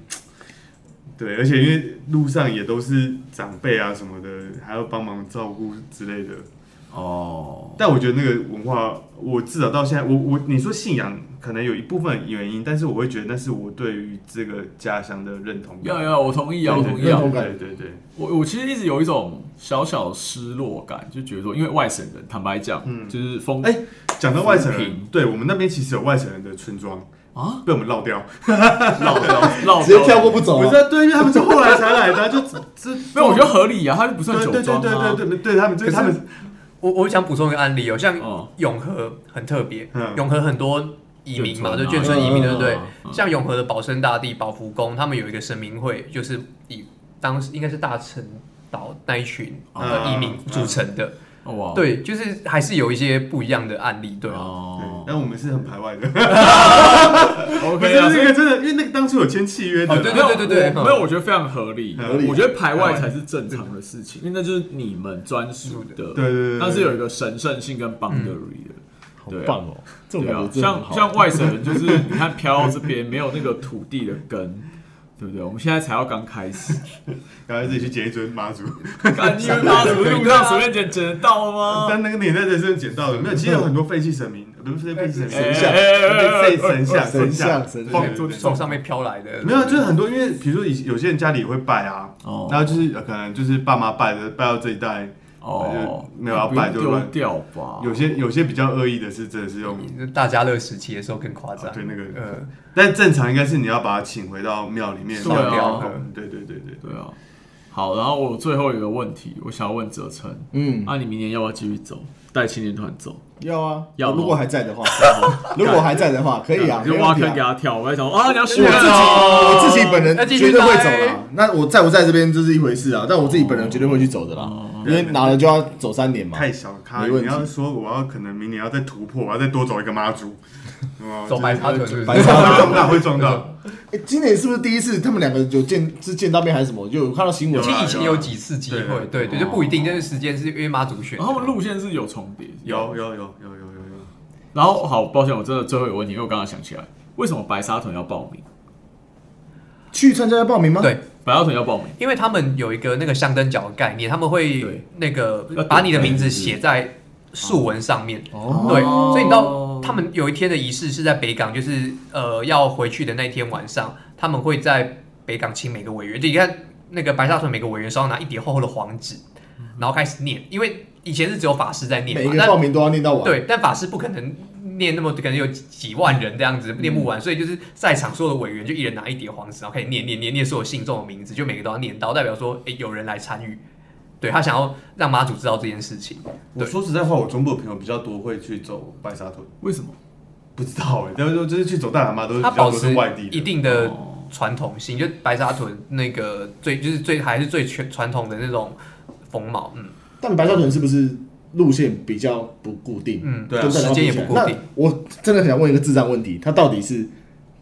Speaker 5: 对，而且因为路上也都是长辈啊什么的，还要帮忙照顾之类的。
Speaker 1: 哦，
Speaker 5: 但我觉得那个文化，我至少到现在，我我你说信仰可能有一部分原因，但是我会觉得那是我对于这个家乡的认同
Speaker 1: 要
Speaker 5: 感。
Speaker 1: 要，我同意啊，我同意
Speaker 5: 对
Speaker 1: 啊
Speaker 3: 认。同
Speaker 5: 对
Speaker 3: 感
Speaker 5: 对对，
Speaker 1: 我我其实一直有一种小小失落感，就觉得说，因为外省人，坦白讲，
Speaker 5: 嗯
Speaker 1: 就是风，
Speaker 5: 哎讲到外省
Speaker 1: 扶
Speaker 5: 人
Speaker 1: 贫，
Speaker 5: 对我们那边其实有外省人的村庄
Speaker 1: 啊，
Speaker 5: 被我们绕掉。
Speaker 1: 绕绕绕，
Speaker 3: 直接跳过不。走
Speaker 5: 不
Speaker 3: 啊
Speaker 5: 是，啊对，因为他们是后来才来的啊，就只只
Speaker 1: 没有，我觉得合理啊，他就不算酒
Speaker 5: 对对
Speaker 1: 庄
Speaker 5: 对
Speaker 1: 啊。
Speaker 5: 对对对，对他们
Speaker 2: 可
Speaker 5: 对
Speaker 2: 是
Speaker 5: 他们
Speaker 2: 我我想补充一个案例哦，像
Speaker 1: 哦
Speaker 2: 永和很特别，
Speaker 5: 嗯
Speaker 2: 永和很多移民嘛，就
Speaker 1: 眷村啊
Speaker 2: 眷村移民，对不
Speaker 1: 嗯
Speaker 2: 对
Speaker 1: 嗯？嗯
Speaker 2: 像永和的保生大帝、保福宫，他们有一个神明会，就是以当时应该是大陈岛那一群呃
Speaker 5: 嗯
Speaker 1: 啊
Speaker 2: 移民组成的，
Speaker 1: 哦哇，
Speaker 2: 对，就是还是有一些不一样的案例，对啊。
Speaker 1: 哦，哦
Speaker 5: 但我们是很排外的，不
Speaker 1: ，OK
Speaker 5: 是
Speaker 1: 啊，所
Speaker 5: 那
Speaker 1: 以
Speaker 5: 个真的，因为那个当初有签契约的
Speaker 2: 哦
Speaker 5: 啦，
Speaker 2: 对
Speaker 1: 没有
Speaker 2: 对对对
Speaker 1: 我
Speaker 2: 嗯
Speaker 1: 没有，我觉得非常合理。
Speaker 5: 合理啊
Speaker 1: 我觉得排外才是正常的事情，因为那就是你们专属的。
Speaker 5: 嗯对对对对
Speaker 1: 它是有一个神圣性跟 boundary 的。
Speaker 6: 好
Speaker 1: 对啊
Speaker 6: 棒哦，这种
Speaker 1: 对
Speaker 6: 感
Speaker 1: 啊
Speaker 6: 觉，真的
Speaker 1: 像
Speaker 6: 很好
Speaker 1: 像外省人，就是你看飘到这边没有那个土地的根，对不对？我们现在才要刚开始，
Speaker 5: 然后自己去捡一尊妈祖，
Speaker 1: 干你们妈，怎么路上随便捡捡得到吗？
Speaker 5: 但那个年代真的是捡到的，没有，其实有很多废弃神明，不是废弃神明，
Speaker 1: 哎
Speaker 5: 神像，
Speaker 1: 哎哎
Speaker 5: 废神像，
Speaker 6: 神
Speaker 5: 像，
Speaker 6: 像神像
Speaker 5: 晃
Speaker 2: 从从上面飘来的，
Speaker 5: 哦没有，就是很多，因为比如说以有些人家里会拜啊，
Speaker 1: 哦
Speaker 5: 然后就是呃可能就是爸妈拜的，拜到这一代，
Speaker 1: 哦，
Speaker 5: 就没有要
Speaker 1: 不用
Speaker 5: 摆就
Speaker 1: 丢
Speaker 5: 乱
Speaker 1: 掉吧？
Speaker 6: 哦
Speaker 5: 有些有些比较恶意的是真的是用，
Speaker 2: 大家乐时期的时候更夸张，
Speaker 5: 哦对那个
Speaker 2: 呃，
Speaker 5: 但正常应该是你要把它请回到庙里面
Speaker 1: 对啊
Speaker 5: 庙供对对对对对，
Speaker 1: 对啊。好，然后我最后一个问题，我想要问哲成，
Speaker 6: 嗯，
Speaker 1: 那、你明年要不要继续走，带青年团走？
Speaker 6: 要啊，
Speaker 1: 要吗
Speaker 6: 如果还 在的话，如果还在的话，
Speaker 5: 哎
Speaker 6: 可以啊，
Speaker 1: 你就
Speaker 6: 没
Speaker 1: 挖
Speaker 6: 问题
Speaker 1: 坑
Speaker 6: 啊
Speaker 1: 给他哎跳。我在想说，啊，你要
Speaker 6: 我
Speaker 1: 学
Speaker 6: 自己我自己本人
Speaker 2: 那继续
Speaker 6: 绝对会走
Speaker 2: 待
Speaker 6: 啦。那我在不在这边这是一回事啊，但我自己本人绝对会去走的
Speaker 1: 哦
Speaker 6: 啦，因为拿了就要走三年嘛。
Speaker 5: 太小咖，
Speaker 6: 没问
Speaker 5: 你
Speaker 6: 题
Speaker 5: 要说我要可能明年要再突破，我要再多走一个妈 祖，哇
Speaker 2: 走白沙屯
Speaker 5: 这个
Speaker 2: 是不
Speaker 6: 白
Speaker 2: 是？
Speaker 6: 沙
Speaker 5: 会撞到会撞 到，
Speaker 6: 哎，今年是不是第一次他们两个有见是见到面还是什么？就有看到新闻啊
Speaker 2: 其
Speaker 5: 有
Speaker 2: 实
Speaker 5: 啦
Speaker 2: 以前有几次机会，对对，就不一
Speaker 5: 哦
Speaker 2: 定，但是时间是因为妈祖选的，
Speaker 1: 然后路线是有重叠，
Speaker 5: 有有有有有有有。
Speaker 1: 然后好，抱歉，我真的最后有问题，因为我刚刚想起来，为什么白沙屯要报名？
Speaker 6: 去参加报名吗？
Speaker 2: 对，
Speaker 1: 白沙屯要报名，
Speaker 2: 因为他们有一个那个香灯角的概念，他们会
Speaker 1: 对
Speaker 2: 那个
Speaker 1: 要
Speaker 2: 把你的名字写在竖纹上面。
Speaker 6: 哦
Speaker 2: 对，所以你到
Speaker 1: 哦
Speaker 2: 他们有一天的仪式是在北港，就是呃要回去的那天晚上，他们会在北港请每个委员，就你看那个白沙屯每个委员手上拿一叠厚厚的黄纸，然后开始念，因为以前是只有法师在念
Speaker 6: 每一
Speaker 2: 嘛，
Speaker 6: 个
Speaker 2: 但
Speaker 6: 报名都要念到完。，
Speaker 2: 对，但法师不可能念那么，可能有几几万人这样子念
Speaker 5: 嗯
Speaker 2: 不完，所以就是在场所有的委员就一人拿一叠黄纸，然后开始念念念念所有信众的名字，就每个都要念到，代表说，哎、有人来参与，对他想要让妈祖知道这件事情。
Speaker 5: 我说实在话，我中部的朋友比较多会去走白沙屯，
Speaker 1: 为什么？
Speaker 5: 不知道哎，但是就是去走大喇嘛都是比
Speaker 2: 他
Speaker 5: 较
Speaker 2: 保
Speaker 5: 多
Speaker 2: 持
Speaker 5: 是外地
Speaker 2: 一
Speaker 5: 的，哦
Speaker 2: 定的传统性，就白沙屯那个最就是最还是最全传统的那种风貌，嗯，
Speaker 6: 但白沙屯是不是路线比较不固定？
Speaker 2: 嗯
Speaker 5: 对啊
Speaker 6: 跟在
Speaker 2: 时间也不固定。
Speaker 6: 那我真的很想问一个智障问题，他到底是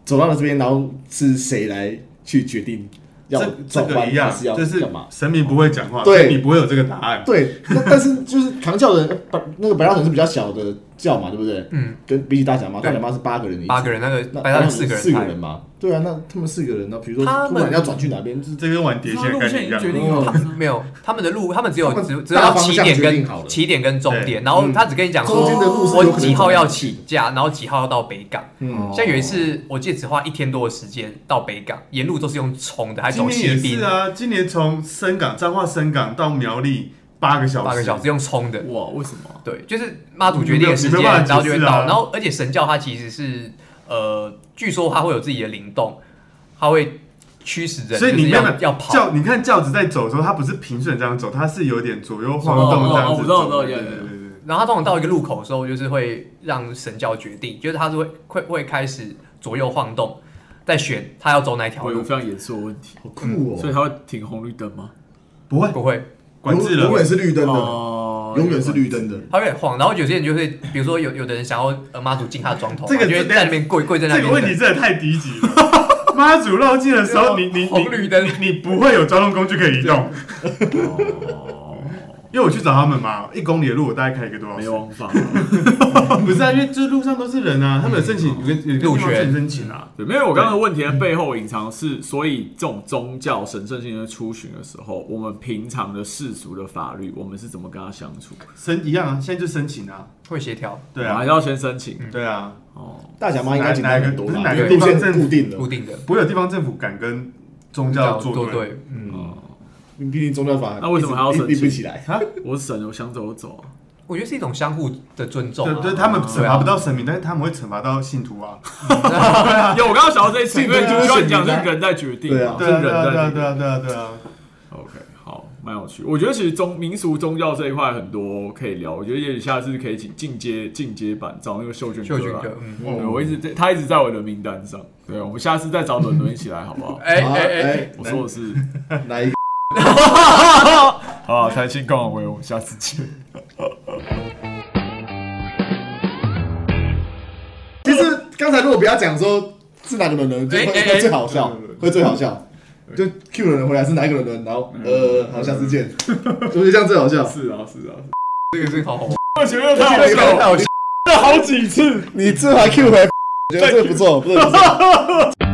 Speaker 6: 走到了这边，然后是谁来去决定要
Speaker 5: 这这
Speaker 6: 转
Speaker 5: 个
Speaker 6: 弯
Speaker 5: 一样
Speaker 6: 还是，要
Speaker 5: 就是
Speaker 6: 干嘛？
Speaker 5: 神明不会讲话，
Speaker 6: 对
Speaker 5: 所以你不会有这个答案。
Speaker 6: 对，那但是就是唐教的白那个白沙屯是比较小的教嘛，对不对？
Speaker 2: 嗯，
Speaker 6: 跟比起大甲妈，
Speaker 2: 对
Speaker 6: 大甲妈是八个人的意思，
Speaker 2: 八个人那
Speaker 6: 那
Speaker 2: 个白沙屯四个人
Speaker 6: 四个
Speaker 2: 拍，
Speaker 6: 人嘛？对啊，那他们四个人，那比如
Speaker 2: 他
Speaker 6: 说
Speaker 2: 们
Speaker 6: 突然要转去哪边，就是
Speaker 5: 这跟玩碟仙的
Speaker 1: 啊路
Speaker 5: 概
Speaker 1: 线
Speaker 5: 念
Speaker 1: 已
Speaker 5: 一
Speaker 1: 经
Speaker 5: 样。
Speaker 1: 决定
Speaker 6: 哦
Speaker 1: 好 了。
Speaker 2: 嗯没有，他们的路，他们只有
Speaker 6: 他们
Speaker 2: 只只
Speaker 6: 大
Speaker 2: 要
Speaker 6: 方向
Speaker 2: 起点
Speaker 6: 决
Speaker 2: 跟
Speaker 6: 定好了
Speaker 2: 起点跟终点，然
Speaker 5: 嗯
Speaker 2: 后他只跟你讲
Speaker 6: 中间的路是
Speaker 2: 说，
Speaker 6: 有可
Speaker 2: 我
Speaker 6: 能
Speaker 2: 几号要起驾，然后几号要到北港。
Speaker 6: 嗯，
Speaker 2: 像有一次，我记得只花一天多的时间到北港，沿路都是用冲的，还
Speaker 5: 今
Speaker 2: 走
Speaker 5: 年也
Speaker 2: 西
Speaker 5: 是
Speaker 2: 滨，
Speaker 5: 啊，今年从深港彰化深港到苗栗八个小时，
Speaker 2: 八个小时用冲的。
Speaker 5: 哦
Speaker 1: 哇，为什么？啊
Speaker 2: 对，就是妈祖决定的时
Speaker 5: 你
Speaker 2: 间，
Speaker 5: 没有办
Speaker 2: 然
Speaker 5: 法
Speaker 2: 后就
Speaker 5: 解
Speaker 2: 会
Speaker 5: 释啊
Speaker 2: 到。然后，而且神教它其实是呃，据说它会有自己的灵动，它会驱使人，
Speaker 5: 所以
Speaker 2: 就
Speaker 5: 你
Speaker 2: 是要
Speaker 5: 看
Speaker 2: 要跑。
Speaker 5: 教，你看轿子在走的时候，它不是平顺这样走，它是有点左右晃动这样
Speaker 1: 哦哦哦我
Speaker 5: 子
Speaker 1: 知道
Speaker 5: 走。
Speaker 1: 我知道
Speaker 5: 对
Speaker 1: 有
Speaker 5: 对
Speaker 1: 有有
Speaker 5: 对对对。
Speaker 2: 然后他通常到一个路口的时候，就是会让神教决定，就是他是会会会开始左右晃动，在选他要走哪条
Speaker 5: 哎
Speaker 1: 我有个
Speaker 2: 路
Speaker 1: 非。常严肃的问题，
Speaker 6: 好酷
Speaker 2: 嗯
Speaker 1: 所以
Speaker 6: 哦！
Speaker 1: 他会停红绿灯吗？
Speaker 5: 不会
Speaker 2: 不会，
Speaker 5: 管制
Speaker 6: 永永
Speaker 5: 了，
Speaker 6: 远是绿灯的，
Speaker 1: 哦
Speaker 6: 永远是绿灯的。
Speaker 2: 他会晃。然后有些人就会，比如说有有的人想要呃妈祖进他的庄头，
Speaker 5: 这个
Speaker 2: 他就会在那边跪跪在那
Speaker 5: 这
Speaker 2: 边
Speaker 5: 个
Speaker 2: 等。
Speaker 5: 问题真的太低级了。 妈祖绕境的时候，你你你
Speaker 2: 红绿灯
Speaker 5: 你你不会有交通工具可以移动。 因为我去找他们嘛，一公里的路我大概开一个多小
Speaker 1: 没
Speaker 5: 时。
Speaker 1: 王法，
Speaker 5: 不是啊，因为这路上都是人啊，他们有申请，有个有
Speaker 1: 嗯
Speaker 5: 个
Speaker 2: 路
Speaker 5: 地方
Speaker 2: 权
Speaker 5: 申请啊。
Speaker 1: 对，没有。我刚刚的问题的背后隐藏是，所以这种宗教神圣性的出巡的时候，我们平常的世俗的法律，我们是怎么跟他相处？
Speaker 5: 申一样啊，现在就申请啊，
Speaker 2: 会协调，
Speaker 5: 对
Speaker 1: 还
Speaker 5: 啊
Speaker 1: 是，要先申请
Speaker 5: 对啊，
Speaker 1: 哦。
Speaker 6: 大甲妈应该简单很多啦，
Speaker 5: 哪
Speaker 2: 个
Speaker 6: 因
Speaker 5: 哪个
Speaker 6: 为路
Speaker 5: 地方
Speaker 6: 线
Speaker 5: 政府
Speaker 6: 固定的，
Speaker 2: 固定的
Speaker 5: 不会有地方政府敢跟宗教作
Speaker 2: 做
Speaker 5: 对。
Speaker 2: 对，嗯，
Speaker 1: 哦
Speaker 6: 毕竟宗教法
Speaker 1: 那为什么还要
Speaker 6: 一直
Speaker 1: 生气
Speaker 6: 立不起来？
Speaker 1: 我是神，我想走就走啊。
Speaker 2: 我觉得是一种相互的尊重、
Speaker 5: 对
Speaker 2: 啊。
Speaker 5: 对，他们惩
Speaker 2: 对
Speaker 5: 罚
Speaker 2: 啊
Speaker 5: 不到神明，但是他们会惩罚到信徒啊。
Speaker 1: 啊 有，我刚刚想到这一次，因为
Speaker 6: 对啊
Speaker 1: 就像你讲，是人在决定嘛，
Speaker 6: 对啊
Speaker 1: 是
Speaker 5: 对啊，
Speaker 1: 人
Speaker 5: 对啊，对
Speaker 1: 在决
Speaker 5: 啊，
Speaker 1: 定
Speaker 5: 对。啊，对啊，对啊。
Speaker 1: OK，好，蛮有趣。我觉得其实宗民俗宗教这一块很多可以聊，我觉得也许下次可以请进阶进阶版找那个秀娟
Speaker 2: 秀
Speaker 1: 哥
Speaker 2: 君
Speaker 1: 来
Speaker 2: 哥。，
Speaker 5: 啊
Speaker 2: 嗯，
Speaker 1: 对，我一直在，他一直在我的名单上。对，我们下次再找伦伦一起来，好不 好？
Speaker 2: 哎
Speaker 6: 好
Speaker 2: 哎哎，
Speaker 6: 哎
Speaker 1: 我说我 是，
Speaker 6: 来一 个。
Speaker 1: 好啊，开心逛完我们下次见。
Speaker 6: 刚才如果不要讲说是哪个人人，就会
Speaker 2: 哎哎哎
Speaker 6: 会最好笑，会最好笑。就 Q 的人回来是哪一个人，然后呃，好，下次见， 我觉得这样最好笑。
Speaker 1: 是啊是 啊，
Speaker 2: 这个是好好玩。
Speaker 1: 我前面太好笑了，
Speaker 2: 好
Speaker 1: 了好几次。
Speaker 6: 你这还 Q 回，我觉得这个不错，不错不错。